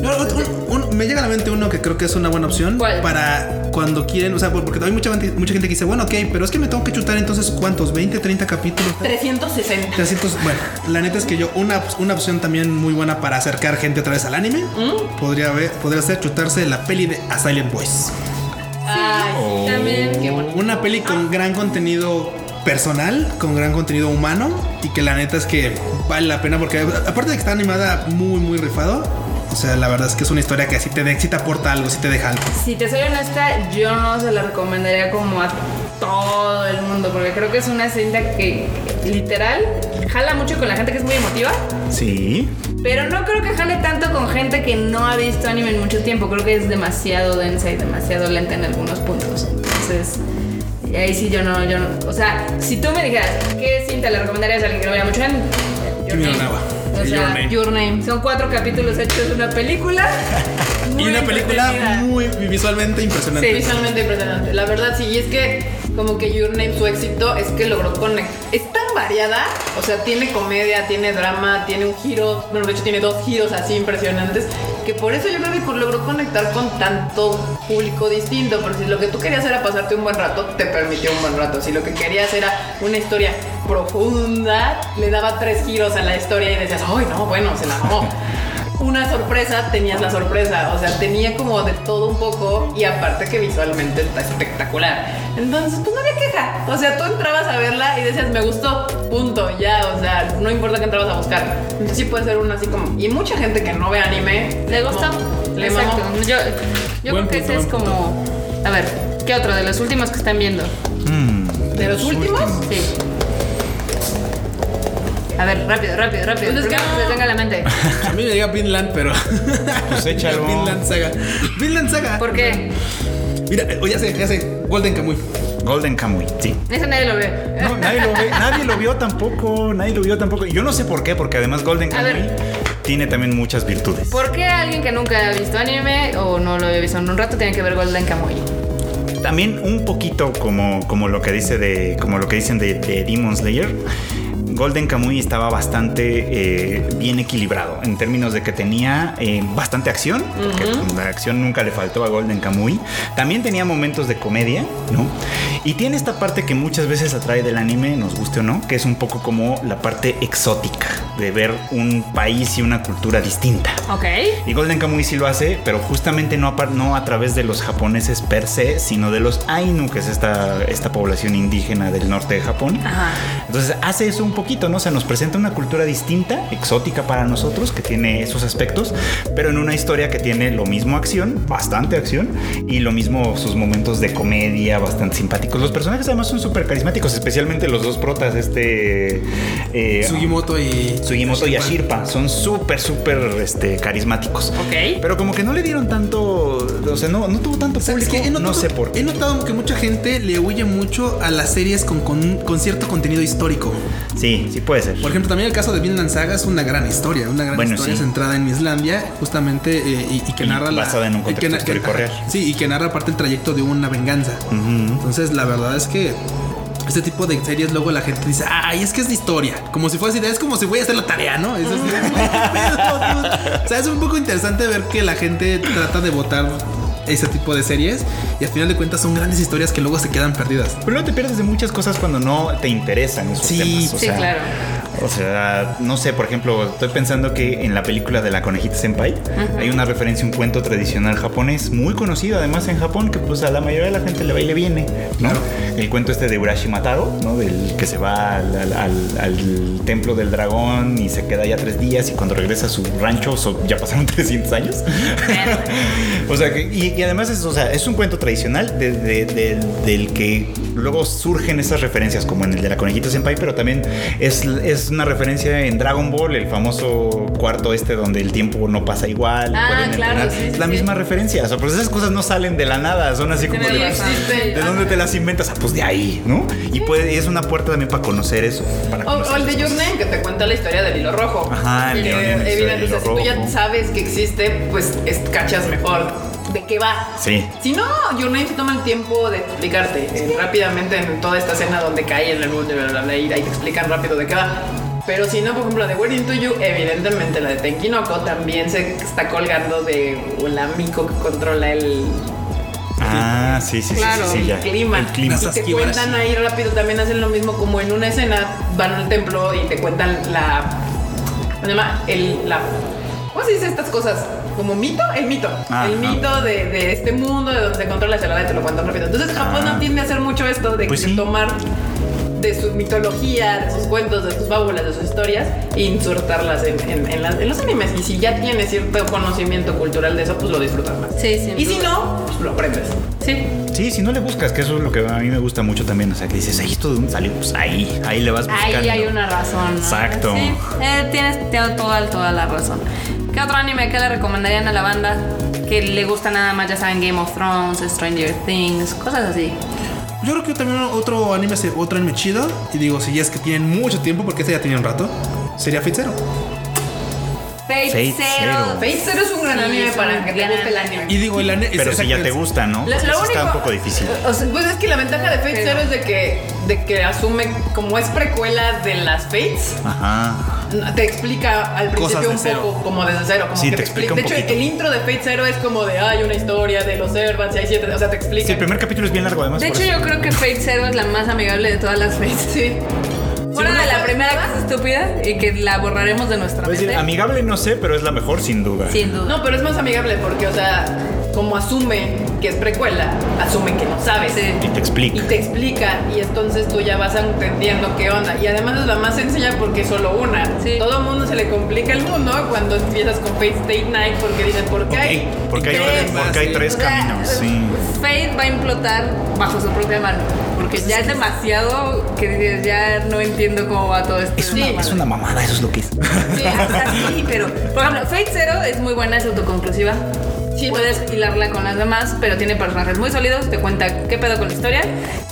Speaker 2: No, un- un- me llega a la mente uno que creo que es una buena opción
Speaker 4: ¿Cuál?
Speaker 2: para cuando quieren, o sea, por- porque hay mucha, gente- mucha gente que dice, bueno, ok, pero es que me tengo que chutar entonces cuántos, 20, 30 capítulos.
Speaker 1: 360.
Speaker 2: 300, bueno, la neta es que yo una, op- una opción también muy buena para acercar gente otra vez al anime
Speaker 1: ¿Mm?
Speaker 2: podría, ver, podría ser chutarse la peli de A Silent Voice.
Speaker 4: Ay,
Speaker 3: Oh.
Speaker 4: también. Qué bueno.
Speaker 2: Una peli con gran contenido personal, con gran contenido humano y que la neta es que vale la pena porque a- aparte de que está animada muy muy rifado, o sea, la verdad es que es una historia que si te, de- sí te aporta algo, si te deja algo.
Speaker 4: Si te soy honesta, yo no se la recomendaría como a todo el mundo, porque creo que es una cinta que literal jala mucho con la gente que es muy emotiva.
Speaker 3: Sí.
Speaker 4: Pero no creo que jale tanto con gente que no ha visto anime en mucho tiempo. Creo que es demasiado densa y demasiado lenta en algunos puntos. Entonces, y ahí sí yo no, yo no. O sea, si tú me dijeras, ¿qué cinta le recomendarías a alguien que no vea mucho anime?
Speaker 2: Kimi no Nawa.
Speaker 4: O
Speaker 2: Y
Speaker 4: sea,
Speaker 2: Your Name.
Speaker 4: Your Name. Son cuatro capítulos hechos de una película.
Speaker 2: Y
Speaker 4: muy
Speaker 2: una película
Speaker 4: entretenida.
Speaker 2: muy visualmente impresionante.
Speaker 4: Sí.
Speaker 1: Visualmente impresionante. La verdad sí, y es que como que Your Name su éxito es que logró conectar. Es tan variada, o sea, tiene comedia, tiene drama, tiene un giro, bueno, de hecho tiene dos giros así impresionantes, que por eso yo creo que logró conectar con tanto público distinto, porque si lo que tú querías era pasarte un buen rato, te permitió un buen rato. Si lo que querías era una historia profunda, le daba tres giros a la historia y decías, ay, no, bueno, se la mamó. una sorpresa, tenías la sorpresa. O sea, tenía como de todo un poco y aparte que visualmente está espectacular. Entonces, pues no había queja. O sea, tú entrabas a verla y decías, me gustó, punto, ya. O sea, no importa que entrabas a buscar. Entonces, sí puede ser una así como. Y mucha gente que no ve anime.
Speaker 4: ¿Le
Speaker 1: no,
Speaker 4: gustó?
Speaker 1: Le
Speaker 4: Exacto.
Speaker 1: mamó.
Speaker 4: Yo, yo creo
Speaker 2: Buen
Speaker 4: que
Speaker 2: punto,
Speaker 4: ese es
Speaker 2: buen
Speaker 4: como. A ver, ¿qué otro de los últimos que están viendo?
Speaker 3: Mm.
Speaker 1: De los últimos.
Speaker 4: Sí. A ver, rápido, rápido, rápido.
Speaker 1: Pues es que
Speaker 4: Primero
Speaker 1: no.
Speaker 4: se tenga la mente.
Speaker 2: A mí me llega Vinland, pero.
Speaker 3: Pues échalo.
Speaker 2: Vinland Saga. Vinland Saga.
Speaker 4: ¿Por qué?
Speaker 2: Mira, eh, oh, ya sé, ya sé. Golden Kamuy.
Speaker 3: Golden Kamuy, sí.
Speaker 4: Ese nadie lo ve.
Speaker 3: No, nadie lo ve, nadie lo vio tampoco, nadie lo vio tampoco. Yo no sé por qué, porque además Golden
Speaker 4: A
Speaker 3: Kamuy tiene también muchas virtudes.
Speaker 4: ¿Por qué alguien que nunca ha visto anime o no lo había visto en un rato tiene que ver Golden Kamuy?
Speaker 3: También un poquito como, como lo que dice de. como lo que dicen de, de Demon Slayer. Golden Kamuy estaba bastante eh, bien equilibrado en términos de que tenía eh, bastante acción, porque la acción nunca le faltó a Golden Kamuy. También tenía momentos de comedia, ¿no? Y tiene esta parte que muchas veces atrae del anime, nos guste o no, que es un poco como la parte exótica de ver un país y una cultura distinta.
Speaker 4: Ok.
Speaker 3: Y Golden Kamuy sí lo hace, pero justamente no a, par- no a través de los japoneses per se, sino de los Ainu, que es esta, esta población indígena del norte de Japón.
Speaker 4: Ajá.
Speaker 3: Entonces hace eso un poquito, ¿no? Se nos presenta una cultura distinta, exótica para nosotros, que tiene esos aspectos, pero en una historia que tiene lo mismo acción, bastante acción, y lo mismo sus momentos de comedia bastante simpáticos. Los personajes además son súper carismáticos, especialmente los dos protas, este... eh,
Speaker 2: Sugimoto y.
Speaker 3: Sugimoto y Ashirpa son súper, súper este, carismáticos.
Speaker 4: Ok.
Speaker 3: Pero como que no le dieron tanto. O sea, no, no tuvo tanto
Speaker 2: ¿Sabes
Speaker 3: público.
Speaker 2: qué? He notado-
Speaker 3: no sé por
Speaker 2: He
Speaker 3: qué.
Speaker 2: notado que mucha gente le huye mucho a las series con, con- con cierto contenido histórico.
Speaker 3: Sí, sí puede ser.
Speaker 2: Por ejemplo, también el caso de Vinland Saga es una gran historia, una gran
Speaker 3: Bueno,
Speaker 2: historia
Speaker 3: sí.
Speaker 2: centrada en Islandia, justamente, eh, y, y que
Speaker 3: Y
Speaker 2: narra... la-
Speaker 3: basada en un
Speaker 2: y
Speaker 3: contexto
Speaker 2: na-
Speaker 3: histórico
Speaker 2: ajá,
Speaker 3: real.
Speaker 2: Sí, y que narra aparte el trayecto de una venganza. Entonces, la verdad es que este tipo de series luego la gente dice, ay, es que es de historia. Como si fuese, es como si voy a hacer la tarea, ¿no? Eso es, o sea, es un poco interesante ver que la gente trata de votar ese tipo de series y al final de cuentas son grandes historias que luego se quedan perdidas.
Speaker 3: Pero no te pierdes de muchas cosas cuando no te interesan esos
Speaker 2: Sí.
Speaker 3: temas. o
Speaker 4: Sí,
Speaker 3: sea,
Speaker 4: claro.
Speaker 3: O sea, no sé, por ejemplo, estoy pensando que en la película de la conejita Senpai hay una referencia a un cuento tradicional japonés muy conocido además en Japón que pues a la mayoría de la gente le va y le viene, ¿no? El cuento este de Urashima Taro, ¿no? Del que se va al, al- al- al templo del dragón y se queda ya tres días y cuando regresa a su rancho so- ya pasaron 300 años. O sea, que, y, y además es, o sea, es un cuento tradicional de- de- de- del que luego surgen esas referencias, como en el de la conejita senpai, pero también es, es una referencia en Dragon Ball, el famoso cuarto este donde el tiempo no pasa igual.
Speaker 4: Ah,
Speaker 3: pueden
Speaker 4: claro,
Speaker 3: entrenar.
Speaker 4: sí, sí,
Speaker 3: Es la
Speaker 4: sí.
Speaker 3: misma referencia. O sea, pues esas cosas no salen de la nada, son así como
Speaker 4: Tienes
Speaker 3: de,
Speaker 4: razón.
Speaker 3: ¿de dónde te las inventas? Ah, pues de ahí, ¿no? Y puede, y es una puerta también para conocer eso. Para
Speaker 1: O,
Speaker 3: conocer
Speaker 1: o el de
Speaker 3: esas
Speaker 1: Your
Speaker 3: cosas.
Speaker 1: Name, que te cuenta la historia del hilo rojo.
Speaker 3: Ajá, el de
Speaker 1: Que,
Speaker 3: Your Name, la historia
Speaker 1: evidente,
Speaker 3: del hilo
Speaker 1: o sea, si tú ya
Speaker 3: rojo.
Speaker 1: sabes que existe, pues es- cachas mejor de qué va.
Speaker 3: Sí.
Speaker 1: Si no, Your Name se toma el tiempo de explicarte eh, rápidamente en toda esta escena donde cae en el mundo y bla, bla, bla, y ahí te explican rápido de qué va. Pero si no, por ejemplo, de Where Into You, evidentemente la de Tenkinoko también se está colgando de un amigo que controla el
Speaker 3: Ah, sí, sí, sí,
Speaker 4: Claro,
Speaker 3: sí, sí, ya.
Speaker 1: el clima.
Speaker 3: El clima.
Speaker 1: Y te cuentan ahí rápido, también hacen lo mismo como en una escena, van al templo y te cuentan la. ¿Cómo se llama? El, la, ¿Cómo se dice estas cosas? ¿Como mito? El mito.
Speaker 3: Ah,
Speaker 1: el
Speaker 3: ajá.
Speaker 1: mito de, de este mundo, de donde se controla la helada y te lo cuentan rápido. Entonces Japón
Speaker 3: Ah.
Speaker 1: no tiende a hacer mucho esto de,
Speaker 3: Pues
Speaker 1: de
Speaker 3: sí.
Speaker 1: tomar de su mitología, de sus cuentos, de sus fábulas, de sus historias, e insertarlas en, en- en las- en los animes. Y si ya tienes cierto conocimiento cultural de eso, pues lo disfrutas más.
Speaker 4: Sí, sin
Speaker 1: Y si
Speaker 4: duda.
Speaker 1: no, pues lo aprendes.
Speaker 4: Sí.
Speaker 3: Sí, si no le buscas, que eso es lo que a mí me gusta mucho también. O sea, que dices, "Ay, ¿esto de dónde salió? Pues ahí, ahí le vas buscando.
Speaker 4: Ahí hay una razón. ¿no?
Speaker 3: Exacto.
Speaker 4: Sí, eh, tienes te- toda, toda la razón. ¿Qué otro anime que le recomendarían a la banda que le gusta nada más? Ya saben, Game of Thrones, Stranger Things, cosas así.
Speaker 2: Yo creo que también otro anime, se- otro anime chido, y digo, si ya es que tienen mucho tiempo, porque este ya tenía un rato, sería Fate Zero.
Speaker 4: Fate,
Speaker 3: Fate
Speaker 4: Zero.
Speaker 3: Zero.
Speaker 1: Fate Zero es un gran
Speaker 4: Sí,
Speaker 1: anime
Speaker 4: es un
Speaker 1: para que te
Speaker 4: gran
Speaker 1: guste el
Speaker 4: anime.
Speaker 1: anime.
Speaker 2: Y digo, el anime...
Speaker 3: Pero si ya te gusta, ¿no?
Speaker 1: Lo-
Speaker 3: Porque
Speaker 1: lo
Speaker 3: sí está un
Speaker 1: único-
Speaker 3: poco difícil.
Speaker 1: O sea, pues es que la ventaja de Fate
Speaker 4: Pero-
Speaker 1: Zero es de que, de que asume, como es precuela de las Fates,
Speaker 3: Ajá.
Speaker 1: te explica al
Speaker 2: Cosas de
Speaker 1: principio un
Speaker 2: cero.
Speaker 1: poco como desde cero. Como
Speaker 3: Sí,
Speaker 1: que
Speaker 3: te explica un
Speaker 1: De hecho,
Speaker 3: poquito.
Speaker 1: el intro de Fate Zero es como de hay una historia de los Servants y hay siete. O sea, te explica.
Speaker 3: Sí, el primer capítulo es bien largo, además.
Speaker 4: De
Speaker 3: por
Speaker 4: hecho,
Speaker 3: eso.
Speaker 4: yo creo que Fate Zero es la más amigable de todas las Fates.
Speaker 1: Sí.
Speaker 4: Fuera
Speaker 1: no
Speaker 4: de la
Speaker 1: sabes
Speaker 4: primera
Speaker 1: nada.
Speaker 4: que es estúpida y que la borraremos de nuestra
Speaker 3: Puedes decir,
Speaker 4: mente.
Speaker 3: amigable no sé, pero es la mejor sin duda.
Speaker 4: Sin duda.
Speaker 1: No, pero es más amigable porque, o sea, como asume que es precuela, asume que no sabes.
Speaker 4: Sí.
Speaker 3: Y te
Speaker 1: y
Speaker 3: explica.
Speaker 1: te explica y entonces tú ya vas entendiendo qué onda y además es la más sencilla porque es solo una
Speaker 4: Sí.
Speaker 1: todo mundo se le complica el mundo cuando empiezas con Fate State Night porque dicen ¿por qué hay
Speaker 3: Ok, porque hay,
Speaker 1: tres?
Speaker 3: tres, porque hay tres
Speaker 4: O sea,
Speaker 3: caminos, sí.
Speaker 4: Fate va a implotar bajo su propia mano. Porque
Speaker 3: Pues
Speaker 4: ya es demasiado que dices, ya no entiendo cómo va todo esto.
Speaker 3: Es una, es una mamada, eso es lo que es.
Speaker 4: Sí, o sea, sí, pero. Por ejemplo, Fate Zero es muy buena, es autoconclusiva.
Speaker 1: Sí.
Speaker 4: Puedes hilarla con las demás, pero tiene personajes muy sólidos, te cuenta qué pedo con la historia.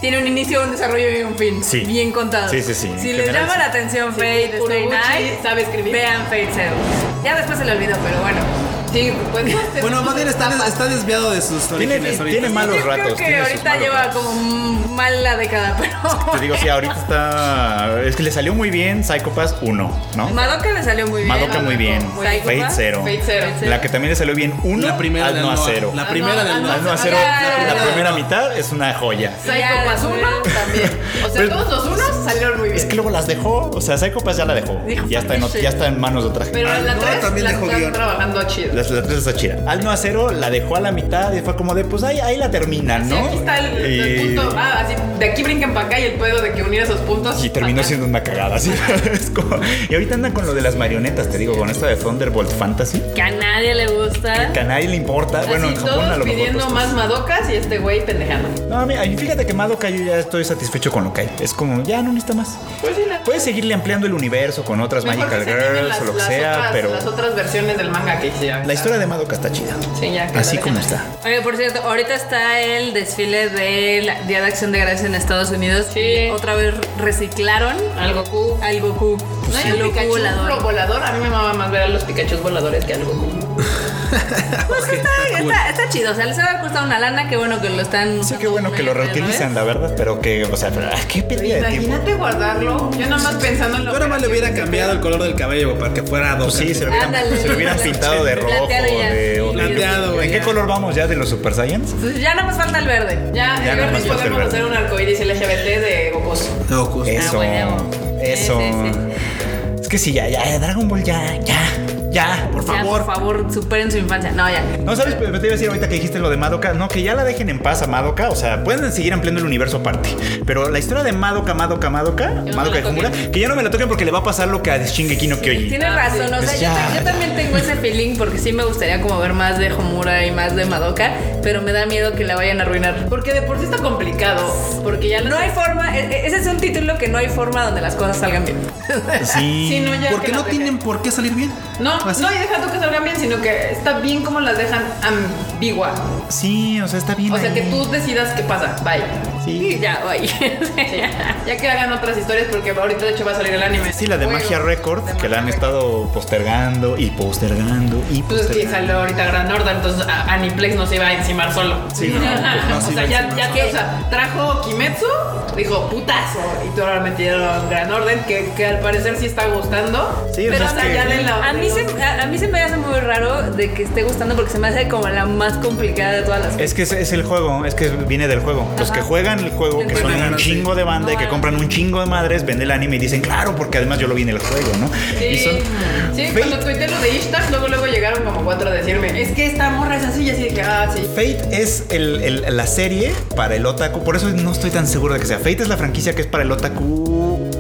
Speaker 4: Tiene un inicio, un desarrollo y un fin.
Speaker 3: Sí.
Speaker 4: Bien contado.
Speaker 3: Sí, sí, sí, en
Speaker 4: Si les
Speaker 3: general,
Speaker 4: llama
Speaker 3: sí.
Speaker 4: la atención
Speaker 1: Sí,
Speaker 4: Fate, Stay
Speaker 1: Urobuchi
Speaker 4: Night,
Speaker 1: sabe escribir.
Speaker 4: vean Fate Zero. Ya después se lo olvidó, pero bueno.
Speaker 1: Sí, pues.
Speaker 2: Bueno, más bien está, des- está desviado de sus
Speaker 3: Tiene,
Speaker 2: orígenes ahorita.
Speaker 3: tiene malos
Speaker 4: yo
Speaker 3: ratos.
Speaker 4: creo que
Speaker 3: tiene sus
Speaker 4: ahorita
Speaker 3: malos
Speaker 4: lleva
Speaker 3: ratos.
Speaker 4: como mal la década, pero.
Speaker 3: Te digo, sí, ahorita está. Es que le salió muy bien Psycho Pass 1, ¿no?
Speaker 4: Madoka le salió muy bien.
Speaker 3: Madoka muy bien.
Speaker 4: Psycho
Speaker 3: Fate
Speaker 4: Pass.
Speaker 3: 0.
Speaker 1: Fate Zero.
Speaker 3: La que también le salió bien 1.
Speaker 2: La primera del
Speaker 3: Al no a
Speaker 2: Noah.
Speaker 3: 0.
Speaker 2: La primera del
Speaker 3: Al no
Speaker 2: Noah.
Speaker 3: a 0.
Speaker 4: Ah,
Speaker 3: La
Speaker 4: no.
Speaker 3: primera mitad es una joya.
Speaker 1: Psycho más uno también. O sea,
Speaker 3: Pero-
Speaker 1: todos los unos salieron muy
Speaker 3: Es que
Speaker 1: bien.
Speaker 3: luego las dejó. O sea, Psycho Pass ya la dejó.
Speaker 4: Dijo,
Speaker 3: Ya está en, ot- ya está en manos de otra gente.
Speaker 1: Pero en la
Speaker 2: no,
Speaker 1: 3
Speaker 2: también
Speaker 1: la
Speaker 2: dejó
Speaker 1: están
Speaker 2: guión.
Speaker 1: trabajando chido.
Speaker 3: La, la 3 está chida. Al no a 0 la dejó a la mitad y fue como de, pues ahí, ahí la terminan,
Speaker 1: Sí,
Speaker 3: ¿no? Eh,
Speaker 1: aquí está el, el
Speaker 3: Y-
Speaker 1: punto. Ah, así, de aquí brinquen para acá y el pedo de que unir esos puntos.
Speaker 3: Y terminó
Speaker 1: acá.
Speaker 3: siendo una cagada, ¿sí? Es como- Y ahorita andan con lo de las marionetas, te digo, con esta de Thunderbolt Fantasy.
Speaker 4: Que a nadie le gusta.
Speaker 3: Que a nadie le importa.
Speaker 1: Así,
Speaker 3: Bueno, en
Speaker 1: Ah, todos
Speaker 3: Japón a lo mejor.
Speaker 1: pidiendo
Speaker 3: pues,
Speaker 1: más madocas y este güey pendejando.
Speaker 3: No, a mí- a mí- fíjate que Madoka yo ya estoy satisfecho con lo que hay. Es como, ya no necesita más.
Speaker 1: Pues sí, la.
Speaker 3: Puedes seguirle ampliando el universo con otras
Speaker 1: mejor que
Speaker 3: Magical
Speaker 1: se animen
Speaker 3: Girls
Speaker 1: las-
Speaker 3: o lo que
Speaker 1: las
Speaker 3: sea,
Speaker 1: otras-
Speaker 3: pero
Speaker 1: Las otras versiones del manga que hicieron.
Speaker 3: la historia de Madoka está chida.
Speaker 1: Sí, ya, que
Speaker 3: Así
Speaker 1: la
Speaker 3: como
Speaker 1: dejan.
Speaker 3: está.
Speaker 4: Oye, por cierto, ahorita está el desfile del Día de Acción de Gracias en Estados Unidos.
Speaker 1: Sí.
Speaker 4: Y otra vez reciclaron
Speaker 1: Al Goku.
Speaker 4: al Goku.
Speaker 1: No hay
Speaker 4: El
Speaker 1: un
Speaker 4: Goku
Speaker 1: Pikachu
Speaker 4: volador.
Speaker 1: volador. volador. A mí me amaba más ver a los Pikachu voladores que al Goku.
Speaker 4: Pues está,
Speaker 2: cool.
Speaker 4: está- está chido. O sea, les ha costado una lana. Qué bueno que lo están.
Speaker 3: Sí, qué bueno que lo
Speaker 4: ¿eh?
Speaker 3: reutilizan, la verdad, pero que, o sea, pero, ah, qué pérdida de tiempo.
Speaker 1: Imagínate guardarlo. Yo nada más pensando en
Speaker 2: Yo
Speaker 1: lo
Speaker 2: nada más le hubiera cambiado el color del cabello para que fuera
Speaker 3: Pues
Speaker 2: dos.
Speaker 3: sí, se lo hubieran,
Speaker 4: Ándale.
Speaker 3: se lo hubieran pintado de rojo.
Speaker 4: Plateado ya.
Speaker 3: de- o de-
Speaker 2: Plateado,
Speaker 3: ¿En
Speaker 2: güey,
Speaker 3: qué
Speaker 2: ya.
Speaker 3: color vamos ya de los Super Saiyans?
Speaker 4: Entonces, Pues ya nada más falta el verde.
Speaker 1: Ah, Ya,
Speaker 3: Ya
Speaker 1: el
Speaker 3: nada
Speaker 1: viernes
Speaker 3: más
Speaker 1: podemos
Speaker 3: va a ser
Speaker 1: hacer un arcoíris LGBT de Goku.
Speaker 2: Goku.
Speaker 3: Eso.
Speaker 4: huevo.
Speaker 3: Eso.
Speaker 4: Sí, sí,
Speaker 3: Es que sí, ya, ya, Dragon Ball, ya, ya, ya, por
Speaker 4: Ya,
Speaker 3: favor.
Speaker 4: por favor, superen su infancia. No, ya.
Speaker 3: No, ¿sabes? Pero Te iba a decir ahorita que dijiste lo de Madoka. No, que ya la dejen en paz a Madoka. O sea, pueden seguir ampliando el universo aparte. Pero la historia de Madoka, Madoka, Madoka,
Speaker 1: me
Speaker 3: Madoka
Speaker 1: la
Speaker 3: y Homura, que ya no me la toquen porque le va a pasar lo que a Shingeki no Kyojin.
Speaker 4: Tienes
Speaker 1: Ah,
Speaker 4: razón,
Speaker 1: sí.
Speaker 4: o sea,
Speaker 3: Pues
Speaker 4: yo,
Speaker 3: ya,
Speaker 4: yo
Speaker 3: ya.
Speaker 4: también tengo ese feeling porque sí me gustaría como ver más de Homura y más de Madoka, pero me da miedo que la vayan a arruinar.
Speaker 1: Porque de por sí está complicado. Porque ya
Speaker 4: No hay forma, e- e- ese es un título que no hay forma donde las cosas salgan bien.
Speaker 3: Sí.
Speaker 1: Sí, no, ya
Speaker 2: Porque
Speaker 1: que
Speaker 2: no
Speaker 1: las dejen.
Speaker 2: tienen por qué salir bien.
Speaker 1: No,
Speaker 2: Así.
Speaker 1: no, y deja tú que salgan bien, sino que está bien como las dejan ambigua.
Speaker 3: Sí, o sea, está bien.
Speaker 1: O sea,
Speaker 3: ahí.
Speaker 1: que tú decidas qué pasa. Bye.
Speaker 3: Sí.
Speaker 4: ya, oye.
Speaker 1: Ya que hagan otras historias, porque ahorita de hecho va a salir el anime.
Speaker 3: Sí, la de
Speaker 1: Bueno,
Speaker 3: Magia Record,
Speaker 1: de
Speaker 3: que
Speaker 1: Magia
Speaker 3: la han
Speaker 1: Record.
Speaker 3: estado postergando y postergando y
Speaker 1: Pues es que
Speaker 3: postergando.
Speaker 1: salió ahorita Gran Horda, entonces a- Aniplex no se iba a encimar solo.
Speaker 2: Sí, no, no
Speaker 1: o
Speaker 2: se
Speaker 1: sea,
Speaker 2: iba a
Speaker 1: ya,
Speaker 2: encimar
Speaker 1: ya
Speaker 2: solo.
Speaker 1: que, o sea, trajo Kimetsu, dijo putazo, y todo lo metieron Gran Orden, que, que al parecer sí está gustando.
Speaker 3: Sí, o
Speaker 1: pero
Speaker 3: sea, es
Speaker 1: hasta
Speaker 3: que-
Speaker 1: ya de la
Speaker 4: A mí, se, a, a mí se me hace muy raro de que esté gustando porque se me hace como la más complicada de todas las
Speaker 3: Es que es, es el juego, es que viene del juego. Los
Speaker 4: Ajá.
Speaker 3: que juegan el juego, que son
Speaker 2: Bueno,
Speaker 3: un
Speaker 2: sí.
Speaker 3: chingo de banda y que
Speaker 4: No,
Speaker 3: compran un chingo de madres, ven el anime y dicen, claro, porque además yo lo vi en el juego, ¿no? Y
Speaker 1: Sí,
Speaker 3: son-
Speaker 1: sí,
Speaker 3: Fate-
Speaker 1: cuando tuiteé lo de Ishtar, luego luego llegaron como cuatro a decirme, es que esta morra es así, y así de que, ah, sí.
Speaker 3: Fate es el- el- la serie para el otaku, por eso no estoy tan seguro de que sea. Fate es la franquicia que es para el otaku,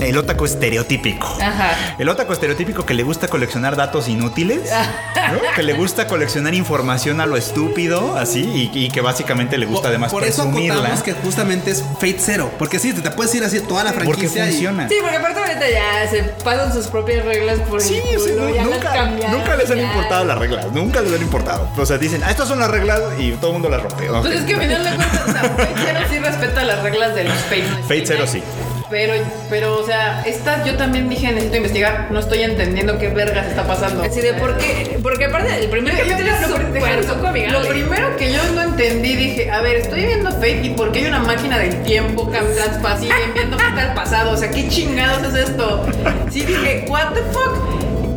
Speaker 3: el otaku estereotípico.
Speaker 1: Ah,
Speaker 4: Ajá.
Speaker 3: El otaku estereotípico que le gusta coleccionar datos inútiles, ¿no? que le gusta coleccionar información a lo estúpido, así, y, y que básicamente le gusta además
Speaker 2: por eso
Speaker 3: presumirla.
Speaker 2: acotamos que justamente es Fate Zero. Porque sí, te, te puedes ir así toda la
Speaker 3: porque
Speaker 2: franquicia. y-
Speaker 3: funciona.
Speaker 4: Sí, porque aparte ahorita ya se pasan sus propias reglas por
Speaker 3: Sí,
Speaker 4: el
Speaker 3: sí,
Speaker 4: culo,
Speaker 3: nu-
Speaker 4: ya las
Speaker 3: nunca,
Speaker 4: cambiaron,
Speaker 3: nunca les han
Speaker 4: ya.
Speaker 3: importado las reglas, nunca les han importado. O sea, dicen, ah, estas son las reglas y todo el mundo las rompe. Ok.
Speaker 1: Pues es que al final de cuentas, o sea, Fate Zero sí respeta las reglas de los Fate. ¿no?
Speaker 3: Fate Zero sí.
Speaker 1: Pero, pero, o sea, esta yo también dije, necesito investigar, no estoy entendiendo qué vergas está pasando.
Speaker 4: Así de por qué, porque aparte el primer
Speaker 1: Yo
Speaker 4: capítulo es
Speaker 1: lo,
Speaker 4: súper poco
Speaker 1: primero, lo
Speaker 4: amigable.
Speaker 1: primero que yo no entendí, dije, a ver, estoy viendo Fate y por qué hay una máquina del tiempo cam- transpasible viendo gente al pasado, o sea, qué chingados es esto. Sí dije, what the fuck.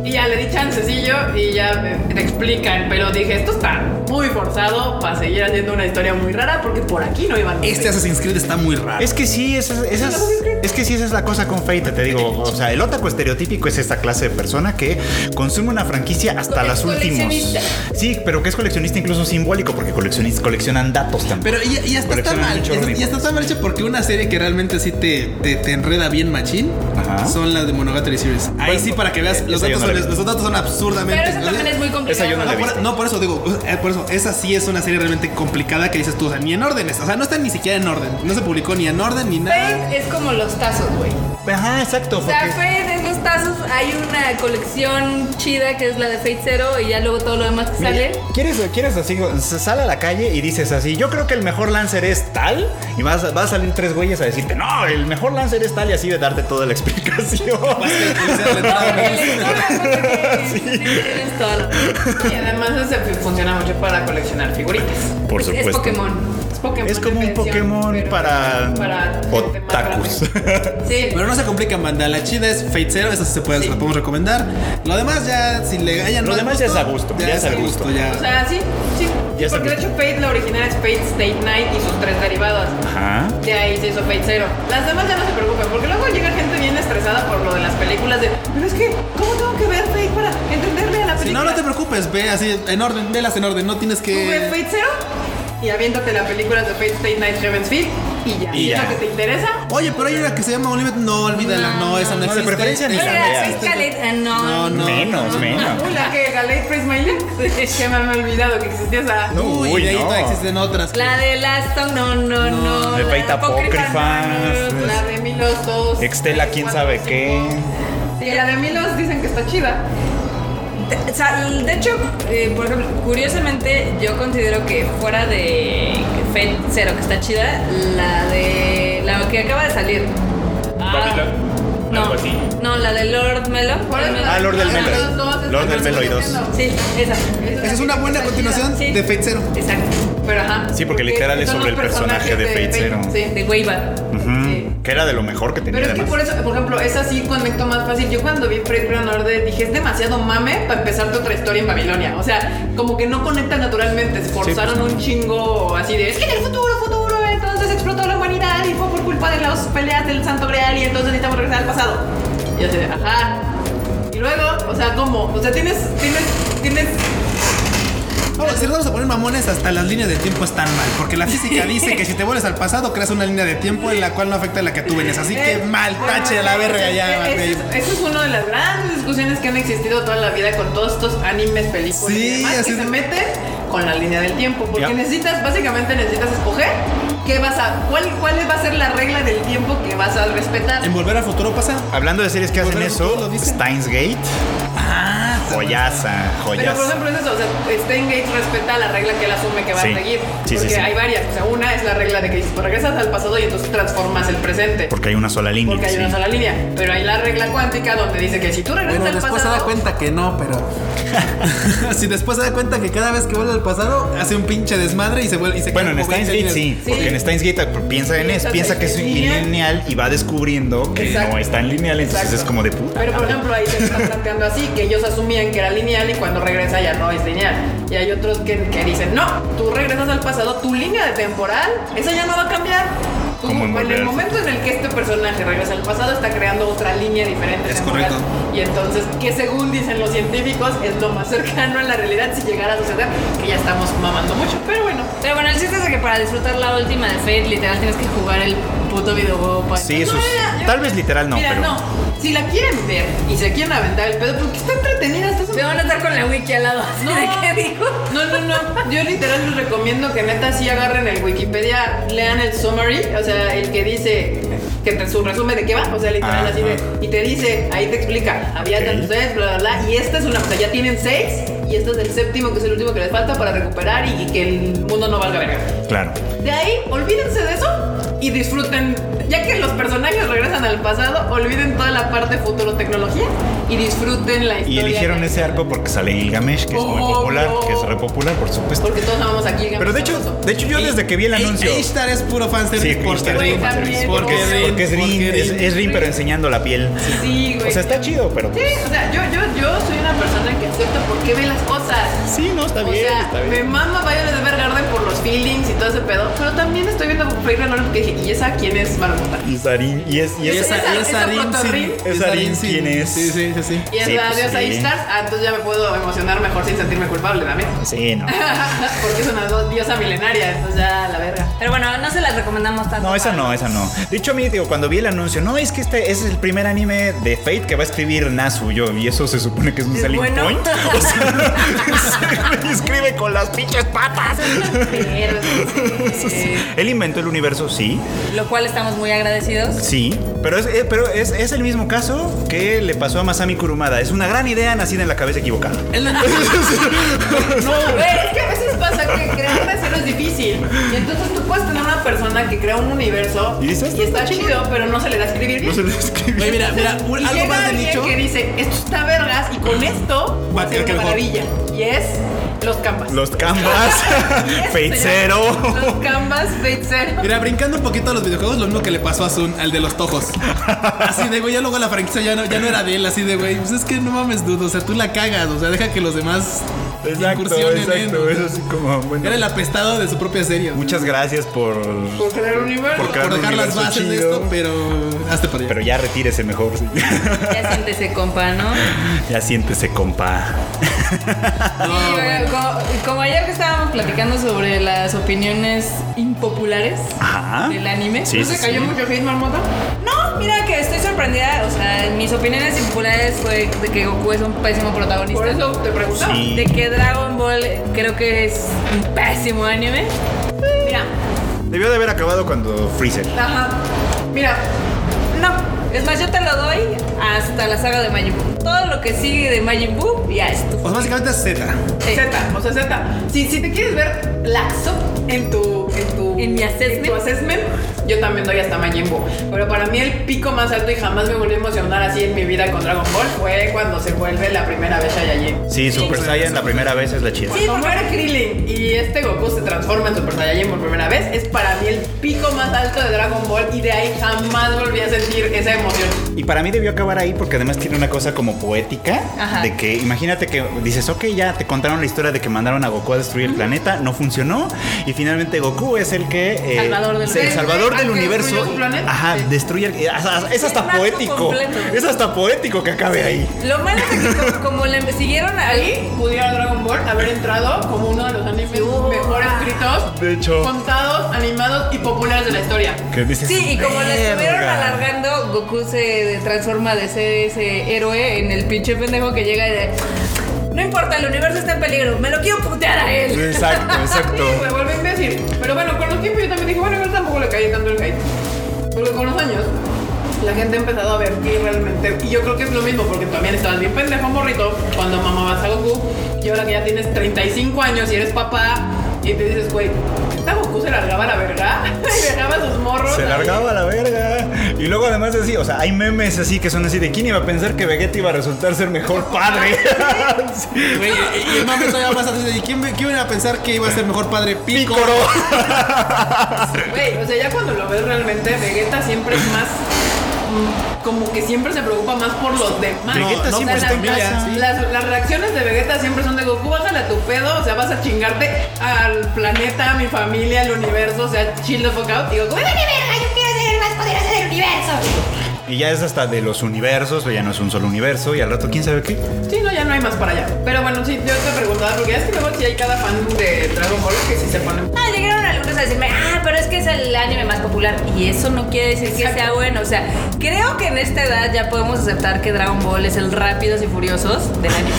Speaker 1: Y ya le di chancecillo y ya me, me explican, pero dije, esto está muy forzado para seguir haciendo una historia muy rara porque por aquí no iban. los
Speaker 2: Este
Speaker 1: Fate.
Speaker 2: Assassin's Creed está muy raro.
Speaker 3: Es que sí, esa, es- esa es, es que sí, esa es la cosa con Fate, te digo. O sea, el otaku estereotípico es esta clase de persona que consume una franquicia hasta
Speaker 4: Es
Speaker 3: las últimas.
Speaker 4: coleccionista.
Speaker 3: Sí, pero que es coleccionista incluso simbólico, porque coleccionistas coleccionan datos también.
Speaker 2: Pero y, y hasta está
Speaker 3: Coleccionan
Speaker 2: mal.
Speaker 3: un chorro de
Speaker 2: Y hasta está mal hecho porque una serie que realmente sí te, te, te enreda bien machín
Speaker 3: Ajá.
Speaker 2: son las de Monogatari Series. Ahí
Speaker 3: Bueno,
Speaker 2: sí para que veas,
Speaker 3: eh,
Speaker 2: los
Speaker 3: esa yo
Speaker 2: datos,
Speaker 3: no la
Speaker 2: son,
Speaker 3: vi.
Speaker 2: los datos son absurdamente.
Speaker 4: Pero eso también es muy
Speaker 3: Esa yo
Speaker 4: complicado.
Speaker 3: no la
Speaker 2: No
Speaker 3: vi.
Speaker 2: por, no, por eso digo, eh, por eso, esa sí es una serie realmente complicada que dices tú, o sea, ni en órdenes, o sea, no está ni siquiera en orden, no se publicó ni en orden ni nada.
Speaker 4: Fate es como los tazos, güey.
Speaker 3: Ajá, exacto.
Speaker 4: O sea,
Speaker 3: porque-
Speaker 4: Fate es los putazos. Hay una colección chida que es la de Fate Zero y ya luego todo lo demás que sale.
Speaker 3: Mira, ¿Quieres, quieres así? s- Sale a la calle y dices así, yo creo que el mejor lancer es tal. Y vas, a- va a salir tres güeyes a decirte, no, el mejor lancer es tal y así de darte toda la explicación.
Speaker 4: Sí, tienes toda la-
Speaker 1: Y además ese fi- funciona mucho para coleccionar figuritas.
Speaker 3: Por
Speaker 4: Es- Es Pokémon.
Speaker 1: Es, Pokémon
Speaker 3: Es como
Speaker 1: de
Speaker 3: un
Speaker 1: pensión,
Speaker 3: Pokémon
Speaker 1: pero
Speaker 3: para,
Speaker 1: para gente más
Speaker 3: otakus.
Speaker 1: grande.
Speaker 4: Sí.
Speaker 2: Pero no se complica, banda. La chida es Fate Zero, esa sí se puede,
Speaker 1: Sí.
Speaker 2: la podemos recomendar. Lo demás ya, si le hayan
Speaker 3: Lo
Speaker 2: mal
Speaker 3: demás ya es a gusto, ya es al gusto.
Speaker 1: O
Speaker 2: ya.
Speaker 1: sea, sí, sí.
Speaker 3: Ya
Speaker 1: Porque de
Speaker 3: sabes.
Speaker 1: hecho Fate, la original es Fate State Night y sus tres derivadas.
Speaker 3: Ajá.
Speaker 1: De ahí se hizo Fate Zero. Las demás ya no se preocupen, porque luego llega gente bien estresada por lo de las películas de, pero es que, ¿cómo tengo que ver Fate para entenderle a la película?
Speaker 2: Si no, no te preocupes, ve así en orden, velas en orden, no tienes
Speaker 1: Tú ves
Speaker 2: que.
Speaker 1: Fate Zero y aviéntate la película de Fate State Night Heaven's Field y ya.
Speaker 3: Y
Speaker 1: es
Speaker 3: ya.
Speaker 1: lo que te interesa?
Speaker 2: Oye, pero hay una que se llama Unlimited, no, olvídala, no, esa no
Speaker 3: No, de
Speaker 2: existe.
Speaker 3: preferencia ni
Speaker 2: Esa
Speaker 3: la
Speaker 2: no
Speaker 3: veas.
Speaker 2: existe.
Speaker 4: Escaleta, Ah, no.
Speaker 2: No, no.
Speaker 3: menos, menos.
Speaker 1: Uy, la que Galate Praise My Luck. Es que me han olvidado que existía esa.
Speaker 3: No,
Speaker 2: Uy,
Speaker 3: Uy,
Speaker 2: de ahí
Speaker 3: no.
Speaker 2: todavía existen otras. que-
Speaker 4: La de Last Song, no, no, no.
Speaker 3: De
Speaker 4: La
Speaker 3: Fate Apócrifa,
Speaker 4: no.
Speaker 1: La de Milos 2.
Speaker 3: Extela, pues, quién sabe qué.
Speaker 1: Sí, la de Milos dicen que está chida.
Speaker 4: De, o sea, de hecho, eh, por ejemplo, curiosamente yo considero que fuera de Fate Zero, que está chida, la de la que acaba de salir.
Speaker 5: Babylon,
Speaker 4: Ah, no,
Speaker 5: algo así.
Speaker 4: no, la de Lord Melo.
Speaker 1: ¿Cuál es la-
Speaker 3: Ah, Lord del
Speaker 1: la de
Speaker 3: Meloy.
Speaker 1: Milos 2 es
Speaker 3: Lord
Speaker 1: la
Speaker 3: del
Speaker 1: que
Speaker 3: Meloy
Speaker 1: estoy
Speaker 3: 2.
Speaker 1: diciendo.
Speaker 4: Sí, esa.
Speaker 1: la
Speaker 2: Esa es una
Speaker 1: que
Speaker 2: buena
Speaker 1: está
Speaker 2: continuación
Speaker 4: Sí.
Speaker 2: de Fate Zero.
Speaker 4: Exacto.
Speaker 1: chida. Pero ajá.
Speaker 3: Sí, porque literal es
Speaker 1: son
Speaker 3: sobre
Speaker 1: los
Speaker 3: el personaje de
Speaker 1: personajes
Speaker 3: Fate Zero.
Speaker 1: Sí.
Speaker 4: De Weiba.
Speaker 3: Ujú.
Speaker 1: Sí.
Speaker 3: Que era de lo mejor que tenía
Speaker 1: Pero es que
Speaker 3: además.
Speaker 1: por eso, por ejemplo, es así conecto más fácil. Yo cuando vi Fate Grand Order dije, es demasiado mame para empezarte otra historia en Babilonia. O sea, como que no conecta naturalmente. Se
Speaker 3: pues
Speaker 1: forzaron un chingo así de, es que en el futuro, futuro, entonces explotó la humanidad y fue por culpa de las peleas del Santo Grial y entonces necesitamos regresar al pasado. Y así de, ajá. Y luego, o sea, ¿cómo? O sea, tienes, tienes, tienes...
Speaker 2: Vamos, si nos vamos a poner mamones, hasta las líneas de tiempo están mal. Porque la física dice que si te vuelves al pasado, creas una línea de tiempo en la cual no afecta a la que tú vienes. Así que
Speaker 1: eh,
Speaker 2: mal, tache a
Speaker 4: ah,
Speaker 2: la verga ya.
Speaker 1: Eh,
Speaker 2: güey.
Speaker 1: Esa es, esa es una de las grandes discusiones que han existido toda la vida con todos estos animes, películas
Speaker 2: Sí,
Speaker 1: y demás,
Speaker 2: así
Speaker 1: que se
Speaker 2: es.
Speaker 1: meten con la línea del tiempo. Porque
Speaker 3: Ya.
Speaker 1: necesitas, básicamente necesitas escoger qué vas a, cuál, cuál va a ser la regla del tiempo que vas a respetar.
Speaker 2: En volver al futuro pasado.
Speaker 3: Hablando de series que hacen
Speaker 2: Volver al futuro
Speaker 3: eso,
Speaker 2: lo dicen.
Speaker 3: Steins Gate,
Speaker 2: Ah,
Speaker 3: joyaza,
Speaker 1: Pero por
Speaker 3: joyaza.
Speaker 1: ejemplo es eso, o sea, Stan Gates respeta la regla que él asume que va
Speaker 3: Sí.
Speaker 1: a seguir.
Speaker 3: Sí, sí,
Speaker 1: porque
Speaker 3: sí.
Speaker 1: hay varias. O sea, una es la regla de que dices, pues, regresas al pasado y entonces transformas el presente.
Speaker 3: Porque hay una sola línea.
Speaker 1: Porque hay
Speaker 3: sí.
Speaker 1: una sola línea. Pero hay la regla cuántica donde dice que si tú regresas
Speaker 2: Bueno,
Speaker 1: al
Speaker 2: después se
Speaker 1: pasado.
Speaker 2: da cuenta que no, pero. si después se da cuenta que cada vez que vuelve al pasado hace un pinche desmadre y se vuelve y se
Speaker 3: Bueno,
Speaker 2: queda
Speaker 3: en
Speaker 2: como
Speaker 3: Steins
Speaker 2: 20
Speaker 3: Gate sí,
Speaker 2: líneas.
Speaker 3: porque en Steins Gate piensa en
Speaker 1: Piensa
Speaker 3: eso, piensa que
Speaker 1: que
Speaker 3: es
Speaker 1: es lineal.
Speaker 3: lineal y va descubriendo que
Speaker 1: Exacto.
Speaker 3: no es tan lineal, entonces
Speaker 1: Exacto.
Speaker 3: es como de puta.
Speaker 1: Pero por ejemplo ahí se está planteando así, que ellos asumían que era lineal y cuando regresa ya no es lineal. Y hay otros que, que dicen, no, tú regresas al pasado, tu línea de temporal, esa ya no va a cambiar. Tú,
Speaker 3: Como en
Speaker 1: en
Speaker 3: Volver
Speaker 1: el
Speaker 3: al
Speaker 1: momento en el que este personaje regresa al pasado, está creando otra línea diferente.
Speaker 2: Es
Speaker 1: temporal.
Speaker 2: correcto.
Speaker 1: Y entonces, que según dicen los científicos, es lo más cercano a la realidad si llegara a suceder, que ya estamos mamando mucho. Pero bueno,
Speaker 4: Pero bueno, el chiste es que para disfrutar la última de Fate, literal tienes que jugar el puto videojuego.
Speaker 1: pues,
Speaker 4: para-
Speaker 3: Sí, eso es-
Speaker 1: mira, yo-
Speaker 3: tal vez literal no,
Speaker 1: mira,
Speaker 3: pero
Speaker 1: no, si la quieren ver y se quieren aventar el pedo, porque está entretenida, está
Speaker 4: Me van a estar con la wiki al lado. así
Speaker 1: No.
Speaker 4: ¿De qué dijo?
Speaker 1: No, no, no. Yo literal les recomiendo que neta sí agarren el Wikipedia, lean el summary, o sea, el que dice que te, su resumen de qué va, o sea, literal
Speaker 3: Ajá.
Speaker 1: así de, y te dice, ahí te explica, había
Speaker 3: Ok.
Speaker 1: tantos sets, bla, bla, bla, y esta es una, o sea, ya tienen seis, y esta es el séptimo, que es el último que les falta para recuperar y, y que el mundo no valga verga.
Speaker 3: claro.
Speaker 1: De ahí, olvídense de eso y disfruten. Ya que los personajes regresan al pasado, olviden toda la parte futuro tecnología y disfruten la
Speaker 3: Y
Speaker 1: historia.
Speaker 3: eligieron
Speaker 1: que-
Speaker 3: ese arco porque sale Gilgamesh, que es muy
Speaker 1: Obvio.
Speaker 3: popular, que es re popular, por supuesto.
Speaker 1: Porque todos amamos aquí.
Speaker 3: Pero de hecho, de hecho yo desde que vi el
Speaker 2: Ey,
Speaker 3: anuncio
Speaker 2: Ishtar E- es puro fanservice
Speaker 3: Sí,
Speaker 2: porque
Speaker 3: Ishtar es
Speaker 2: Rin,
Speaker 3: puro fanservice.
Speaker 1: Porque
Speaker 3: porque es
Speaker 1: Rin,
Speaker 3: porque es Rin,
Speaker 2: porque
Speaker 3: es-
Speaker 2: Rin.
Speaker 3: es Rin pero enseñando la piel.
Speaker 1: Sí, güey.
Speaker 3: O sea, está chido, pero pues,
Speaker 1: Sí, o sea, yo, yo, yo soy una persona que acepta por qué ve las cosas.
Speaker 3: Sí, no, está
Speaker 1: o
Speaker 3: bien,
Speaker 1: sea,
Speaker 3: está bien.
Speaker 1: me mama Violet Evergarden por los feelings y todo ese pedo. Pero también estoy viendo Fake Renor que dije, ¿y esa quién es Marmota?
Speaker 3: Y Sarin, y es, y
Speaker 2: Y
Speaker 3: es-
Speaker 2: esa, y
Speaker 1: esa
Speaker 2: esa Rin
Speaker 1: proto
Speaker 2: sin-
Speaker 1: Rin.
Speaker 2: y esa
Speaker 3: Esa
Speaker 2: Rin
Speaker 3: Rin,
Speaker 2: sin-
Speaker 3: ¿quién es?
Speaker 2: Sí, sí, sí, sí.
Speaker 1: Y es
Speaker 3: Sí,
Speaker 1: la
Speaker 3: pues,
Speaker 1: diosa
Speaker 3: sí.
Speaker 1: Ishtar. Ah, entonces ya me puedo emocionar mejor sin sentirme culpable también.
Speaker 3: Sí, no.
Speaker 1: Porque es una do- diosa milenaria, entonces ya la verga.
Speaker 4: Pero bueno, no se las recomendamos tanto.
Speaker 3: No, esa
Speaker 4: para-
Speaker 3: no, esa no. De hecho, a mí, digo, cuando vi el anuncio, no, es que este es el primer anime de Fate que va a escribir Nasu, yo, y eso se supone que es un
Speaker 4: ¿Es
Speaker 3: selling
Speaker 4: bueno?
Speaker 3: point. O sea, se escribe con las pinches patas.
Speaker 4: Pero, sí.
Speaker 1: Eh,
Speaker 3: Él inventó el universo, sí,
Speaker 4: Lo cual estamos muy muy agradecidos.
Speaker 3: Sí, pero, es, eh, pero es, es el mismo caso que le pasó a Masami Kurumada. Es una gran idea nacida en la cabeza equivocada.
Speaker 1: no, güey, es que a veces pasa que crear un cero es difícil. Y entonces tú puedes tener una persona que crea un universo
Speaker 3: Y dices,
Speaker 1: está chido, pero no se le da a escribir bien.
Speaker 3: No se le escribe.
Speaker 2: Güey, mira, mira, un-
Speaker 1: y
Speaker 2: algo
Speaker 1: llega
Speaker 2: más de
Speaker 1: alguien
Speaker 2: nicho.
Speaker 1: que dice, esto está vergas y con esto
Speaker 2: Va a
Speaker 1: va a ser
Speaker 2: creer que
Speaker 1: una
Speaker 2: mejor.
Speaker 1: maravilla. Y es los canvas.
Speaker 3: Los canvas,
Speaker 1: Y eso se
Speaker 3: Fate
Speaker 1: llama
Speaker 3: Zero.
Speaker 1: Los canvas, Fate Zero.
Speaker 2: Mira, brincando un poquito a los videojuegos, lo mismo que le pasó a Sun, al de los tojos. Así de, güey, ya luego la franquicia ya no, ya no era de él, así de, güey, pues es que no mames, dudo, o sea, tú la cagas, o sea, deja que los demás
Speaker 3: Exacto,
Speaker 2: incursionen
Speaker 3: exacto.
Speaker 2: en.
Speaker 3: Es así como, bueno,
Speaker 2: Era el apestado de su propia serie. güey.
Speaker 3: Muchas gracias por.
Speaker 1: Por crear un universo.
Speaker 3: Por crear-
Speaker 2: por dejar las
Speaker 3: universo
Speaker 2: bases de
Speaker 3: chido.
Speaker 2: esto, pero hazte para allá.
Speaker 3: Pero ya retírese mejor. sí.
Speaker 4: Ya siéntese, compa, ¿no?
Speaker 3: ya siéntese, compa.
Speaker 4: Y, bueno, como, como ayer que estábamos platicando sobre las opiniones impopulares
Speaker 3: Ajá.
Speaker 4: del anime.
Speaker 3: Sí,
Speaker 4: no
Speaker 3: sí,
Speaker 4: se
Speaker 3: sí.
Speaker 4: cayó mucho.
Speaker 1: mucho hate, marmota?
Speaker 4: No, mira que estoy sorprendida. O sea, mis opiniones impopulares fue de que Goku es un pésimo protagonista.
Speaker 1: Por eso te preguntaba.
Speaker 3: Sí.
Speaker 4: De que Dragon Ball creo que es un pésimo anime. Mira,
Speaker 3: Debió de haber acabado cuando Freezer.
Speaker 1: Ajá. Mira,
Speaker 4: no. Es más, yo te lo doy hasta la saga de Majin Buu. Todo lo que sigue de Majin Buu ya es tu.
Speaker 2: O sea, Pues básicamente es Z.
Speaker 4: Sí.
Speaker 1: Z, o sea, Z. Si, si te quieres ver laxo en tu. En, tu,
Speaker 4: En mi assessment.
Speaker 1: en tu assessment, yo también doy hasta Majin Buu. Pero para mí, el pico más alto y jamás me volví a emocionar así en mi vida con Dragon Ball fue cuando se vuelve la primera vez Saiyajin.
Speaker 3: Sí, Super Saiyan la primera vez es la chida.
Speaker 1: Cuando muere Krillin y este Goku se transforma en Super Saiyajin por primera vez, es para mí el pico más alto de Dragon Ball y de ahí jamás volví a sentir esa emoción.
Speaker 3: Y para mí debió acabar ahí porque además tiene una cosa como poética
Speaker 4: Ajá.
Speaker 3: de que imagínate que dices, ok, ya te contaron la historia de que mandaron a Goku a destruir el planeta, no funcionó y finalmente Goku es el que eh,
Speaker 4: Salvador del
Speaker 3: es el
Speaker 4: universo.
Speaker 3: salvador
Speaker 1: ¿Al
Speaker 3: del
Speaker 1: que
Speaker 3: universo.
Speaker 1: destruyó su planeta?
Speaker 3: Ajá, destruye. el- eh, ah, Es hasta
Speaker 4: El marco
Speaker 3: poético.
Speaker 4: completo.
Speaker 3: Es hasta poético que acabe ahí.
Speaker 4: Lo malo es que como, como le siguieron al.
Speaker 1: Ahí pudiera Dragon Ball haber entrado como uno de los animes
Speaker 4: Ujú.
Speaker 1: mejor escritos,
Speaker 3: De hecho.
Speaker 1: contados, animados y populares de la historia.
Speaker 3: Que dices,
Speaker 4: Sí, y como le estuvieron
Speaker 3: "Verga".
Speaker 4: alargando, Goku se transforma de ser ese héroe en el pinche pendejo que llega y de. No importa, el universo está en peligro, me lo quiero putear a él.
Speaker 3: Exacto, exacto.
Speaker 1: Me vuelve a decir, pero bueno, con los tiempos yo también dije, bueno, yo tampoco le caí tanto el hate. Porque con los años la gente ha empezado a ver que realmente, y yo creo que es lo mismo, porque también estabas bien pendejo morrito cuando mamabas a Goku, y ahora que ya tienes 35 años y eres papá, y te dices, güey, esta Goku se largaba la verga, y dejaba sus morros.
Speaker 3: Se
Speaker 1: ahí.
Speaker 3: largaba la verga. Y luego además así, o sea, hay memes así que son así de quién iba a pensar que Vegeta iba a resultar ser mejor padre. Sí.
Speaker 2: Güey, y el mame todavía más atrás. ¿Y quién, quién iba a pensar que iba a ser mejor padre? Pico.
Speaker 3: Picoro.
Speaker 1: Güey, o sea, ya cuando lo ves realmente, Vegeta siempre es más. mm, Como que siempre se preocupa más por los demás.
Speaker 3: No, Vegeta no, siempre
Speaker 1: las,
Speaker 3: está en
Speaker 1: las-
Speaker 3: casa, sí.
Speaker 1: las- las reacciones de Vegeta siempre son de Goku, bájale a tu pedo, o sea, vas a chingarte al planeta, a mi familia, al universo, o sea, chill the fuck out. Y Goku, "Vale,
Speaker 6: ¡Vale, verga! ¡Yo quiero ser el más poderoso del universo!
Speaker 3: Y ya es hasta de los universos, pero ya no es un solo universo. Y al rato, quién sabe qué.
Speaker 1: sí, no, ya no hay más para allá. Pero bueno, sí, yo te preguntaba, porque ya es que luego sí hay cada fan de Dragon Ball que sí se ponen.
Speaker 4: Ah, llegaron algunos a decirme, ah, pero es que es el anime más popular. Y eso no quiere decir que sea bueno. O sea, creo que en esta edad ya podemos aceptar que Dragon Ball es el rápidos y furiosos del anime.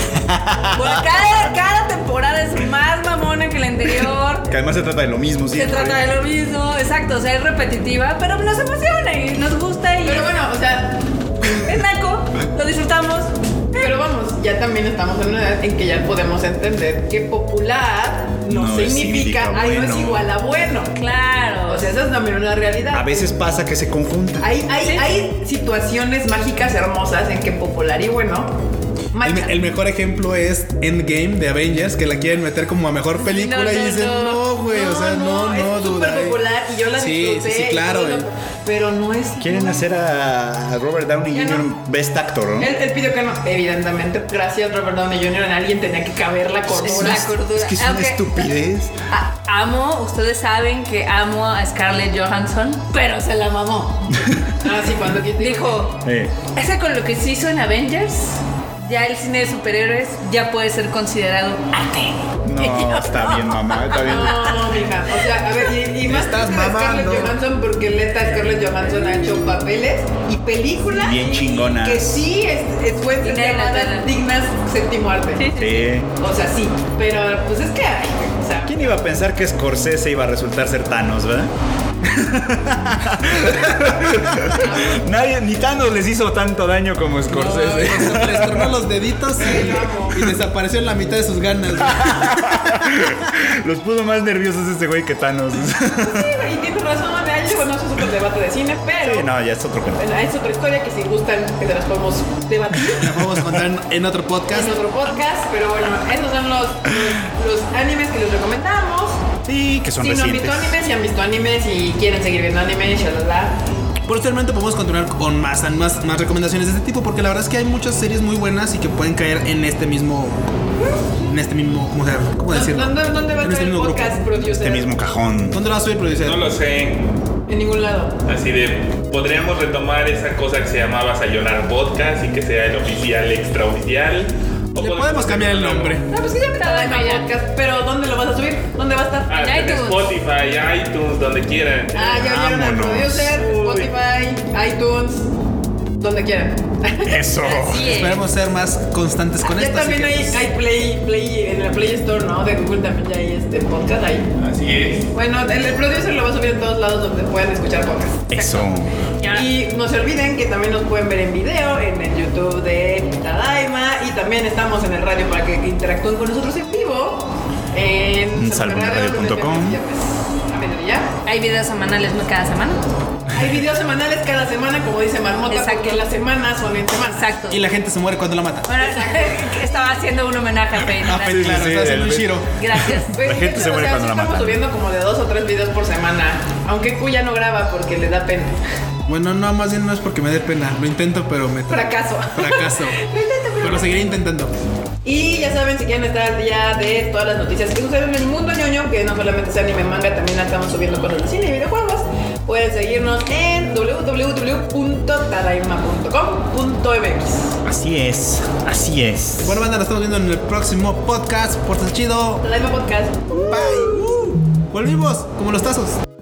Speaker 4: Porque cada, cada temporada es más mamona que la anterior.
Speaker 3: Que además se trata de lo mismo, sí.
Speaker 4: Se trata de lo mismo, exacto, o sea, es repetitiva, pero nos emociona y nos gusta y
Speaker 1: Pero bueno, o sea,
Speaker 4: es naco, lo disfrutamos.
Speaker 1: Pero vamos, ya también estamos en una edad en que ya podemos entender que popular no,
Speaker 3: No
Speaker 1: significa
Speaker 3: significa
Speaker 1: ay, no
Speaker 3: bueno.
Speaker 1: es igual a bueno.
Speaker 4: Claro.
Speaker 1: O sea, esa es también una realidad.
Speaker 3: A veces pasa que se conjunta.
Speaker 1: Hay, hay, hay situaciones mágicas hermosas en que popular y bueno
Speaker 2: El,
Speaker 1: marcan.
Speaker 2: me- el mejor ejemplo es Endgame de Avengers, que la quieren meter como a mejor película
Speaker 4: no,
Speaker 2: y dicen,
Speaker 4: no.
Speaker 2: no, güey, o sea, no, no,
Speaker 1: es
Speaker 2: duda.
Speaker 1: súper
Speaker 2: eh".
Speaker 1: popular y yo la
Speaker 2: Sí, sí,
Speaker 1: disfruté.
Speaker 2: sí,
Speaker 1: y
Speaker 2: claro.
Speaker 1: todo,
Speaker 2: eh.
Speaker 1: Pero no es...
Speaker 3: Quieren
Speaker 1: no.
Speaker 3: hacer a Robert Downey
Speaker 1: Ya
Speaker 3: Jr.
Speaker 1: no.
Speaker 3: Best Actor, ¿no?
Speaker 1: Él, él pidió que no, evidentemente, gracias Robert Downey Jr. en alguien tenía que caber la cordura.
Speaker 4: la cordura.
Speaker 3: Es que es una
Speaker 4: Aunque-
Speaker 3: estupidez.
Speaker 4: A- Ah, amo, ustedes saben que amo a Scarlett Johansson, pero se la mamó.
Speaker 1: Ah, sí, cuando
Speaker 4: Dijo,
Speaker 3: Eh,
Speaker 4: esa con lo que se hizo en Avengers, ya el cine de superhéroes ya puede ser considerado arte.
Speaker 3: No, está bien, mamá. Está bien.
Speaker 1: No, mija. O sea, a ver, y, y más
Speaker 2: Estás
Speaker 1: que de Scarlett
Speaker 2: mamando.
Speaker 1: Johansson porque neta Scarlett Johansson ha hecho papeles y películas
Speaker 3: Bien chingonas.
Speaker 1: que sí es, es pueden ser
Speaker 4: Y nadie las
Speaker 1: llamadas
Speaker 4: gana.
Speaker 1: dignas séptimo arte.
Speaker 3: Sí.
Speaker 1: O sea, sí, pero pues es que ay, o sea,
Speaker 3: ¿Quién iba a pensar que Scorsese iba a resultar ser Thanos, verdad? Nadie, ni Thanos les hizo tanto daño como Scorsese.
Speaker 2: No, les tornó los deditos y, y desapareció la mitad de sus ganas.
Speaker 3: Los puso más nerviosos este güey que Thanos.
Speaker 1: Y tiene razón, ahí yo conozco súper debate de cine, pero.
Speaker 3: Sí, no, ya es otro cuento.
Speaker 1: Bueno, es otra historia que si gustan, que te las podemos debatir.
Speaker 2: La podemos contar en, en otro podcast.
Speaker 1: En otro podcast, pero bueno, esos son los, los, los animes que les recomendamos.
Speaker 3: Sí, que son
Speaker 1: si no han
Speaker 3: recientes.
Speaker 1: visto animes, si han visto animes y quieren seguir viendo animes, shalala.
Speaker 2: Posteriormente podemos continuar con más, más, más recomendaciones de este tipo, porque la verdad es que hay muchas series muy buenas y que pueden caer en este mismo. En este mismo. ¿Cómo, se llama? ¿Cómo
Speaker 1: ¿Dó-
Speaker 2: decirlo?
Speaker 1: ¿Dónde, dónde va a estar
Speaker 2: En este
Speaker 1: el
Speaker 2: mismo grupo.
Speaker 1: podcast, producer?
Speaker 3: Este mismo cajón.
Speaker 2: ¿Dónde lo vas a subir, producer?
Speaker 5: No lo sé.
Speaker 1: En ningún lado.
Speaker 5: Así de, podríamos retomar esa cosa que se llamaba Sayonara Podcast y que sea el oficial extraoficial. O
Speaker 2: Le podemos cambiar el nombre.
Speaker 1: No, pues que ya me
Speaker 4: Ay,
Speaker 1: tardan
Speaker 4: Ah, ya.
Speaker 1: en podcast, pero ¿dónde lo vas a subir? ¿Dónde va a estar?
Speaker 5: Ah,
Speaker 4: En
Speaker 5: en
Speaker 4: iTunes.
Speaker 5: Spotify, iTunes, donde quieran.
Speaker 1: Ah, ya oyeron al
Speaker 3: Vámonos.
Speaker 1: producer,
Speaker 5: Uy.
Speaker 1: Spotify, iTunes, donde quieran.
Speaker 3: Eso.
Speaker 4: Así es.
Speaker 2: Esperemos ser más constantes con
Speaker 1: Ah, ya
Speaker 2: esto. así
Speaker 1: también
Speaker 2: que,
Speaker 1: hay,
Speaker 2: pues,
Speaker 1: hay Play, Play, en la Play Store, ¿no? De Google también ya hay este podcast ahí.
Speaker 5: Así es.
Speaker 1: Bueno, el, el producer lo va a subir en todos lados donde puedan escuchar podcast.
Speaker 3: Eso.
Speaker 4: Y ahora-
Speaker 1: Y no se olviden que también nos pueden ver en video en el YouTube de Tadaima y también estamos en el radio para que interactúen con nosotros en vivo en
Speaker 3: En salvamundoradio.com.
Speaker 1: A mediodía.
Speaker 4: Hay videos semanales, no cada semana.
Speaker 1: Hay videos semanales cada semana, como dice Marmota,
Speaker 4: Exacto.
Speaker 1: porque las semanas son en semanas.
Speaker 4: Exacto.
Speaker 2: Y la gente se muere cuando la mata.
Speaker 4: Bueno, estaba haciendo un homenaje a Penny.
Speaker 2: Ah, pues, claro,
Speaker 3: sí,
Speaker 2: está haciendo
Speaker 3: el-
Speaker 2: un giro.
Speaker 4: Gracias.
Speaker 1: Pues,
Speaker 3: La gente se muere cuando
Speaker 1: sí
Speaker 3: la
Speaker 1: estamos
Speaker 3: matan.
Speaker 1: subiendo como de dos o tres videos por semana, aunque Cuya no graba porque le da pena.
Speaker 2: Bueno, no, más bien no es porque me dé pena. Lo intento, pero me.
Speaker 1: Fracaso.
Speaker 2: Fracaso. pero lo seguiré intentando.
Speaker 1: Y ya saben, si quieren estar al día de todas las noticias que suceden en el mundo ñoño, que no solamente es anime manga, también estamos subiendo cosas de cine y videojuegos, pueden seguirnos en www.tadaima.com.mx.
Speaker 3: Así es. Así es.
Speaker 2: Bueno, banda, nos estamos viendo en el próximo podcast. Por ser chido.
Speaker 1: Tadaima Podcast.
Speaker 2: Bye. Volvimos como los tazos.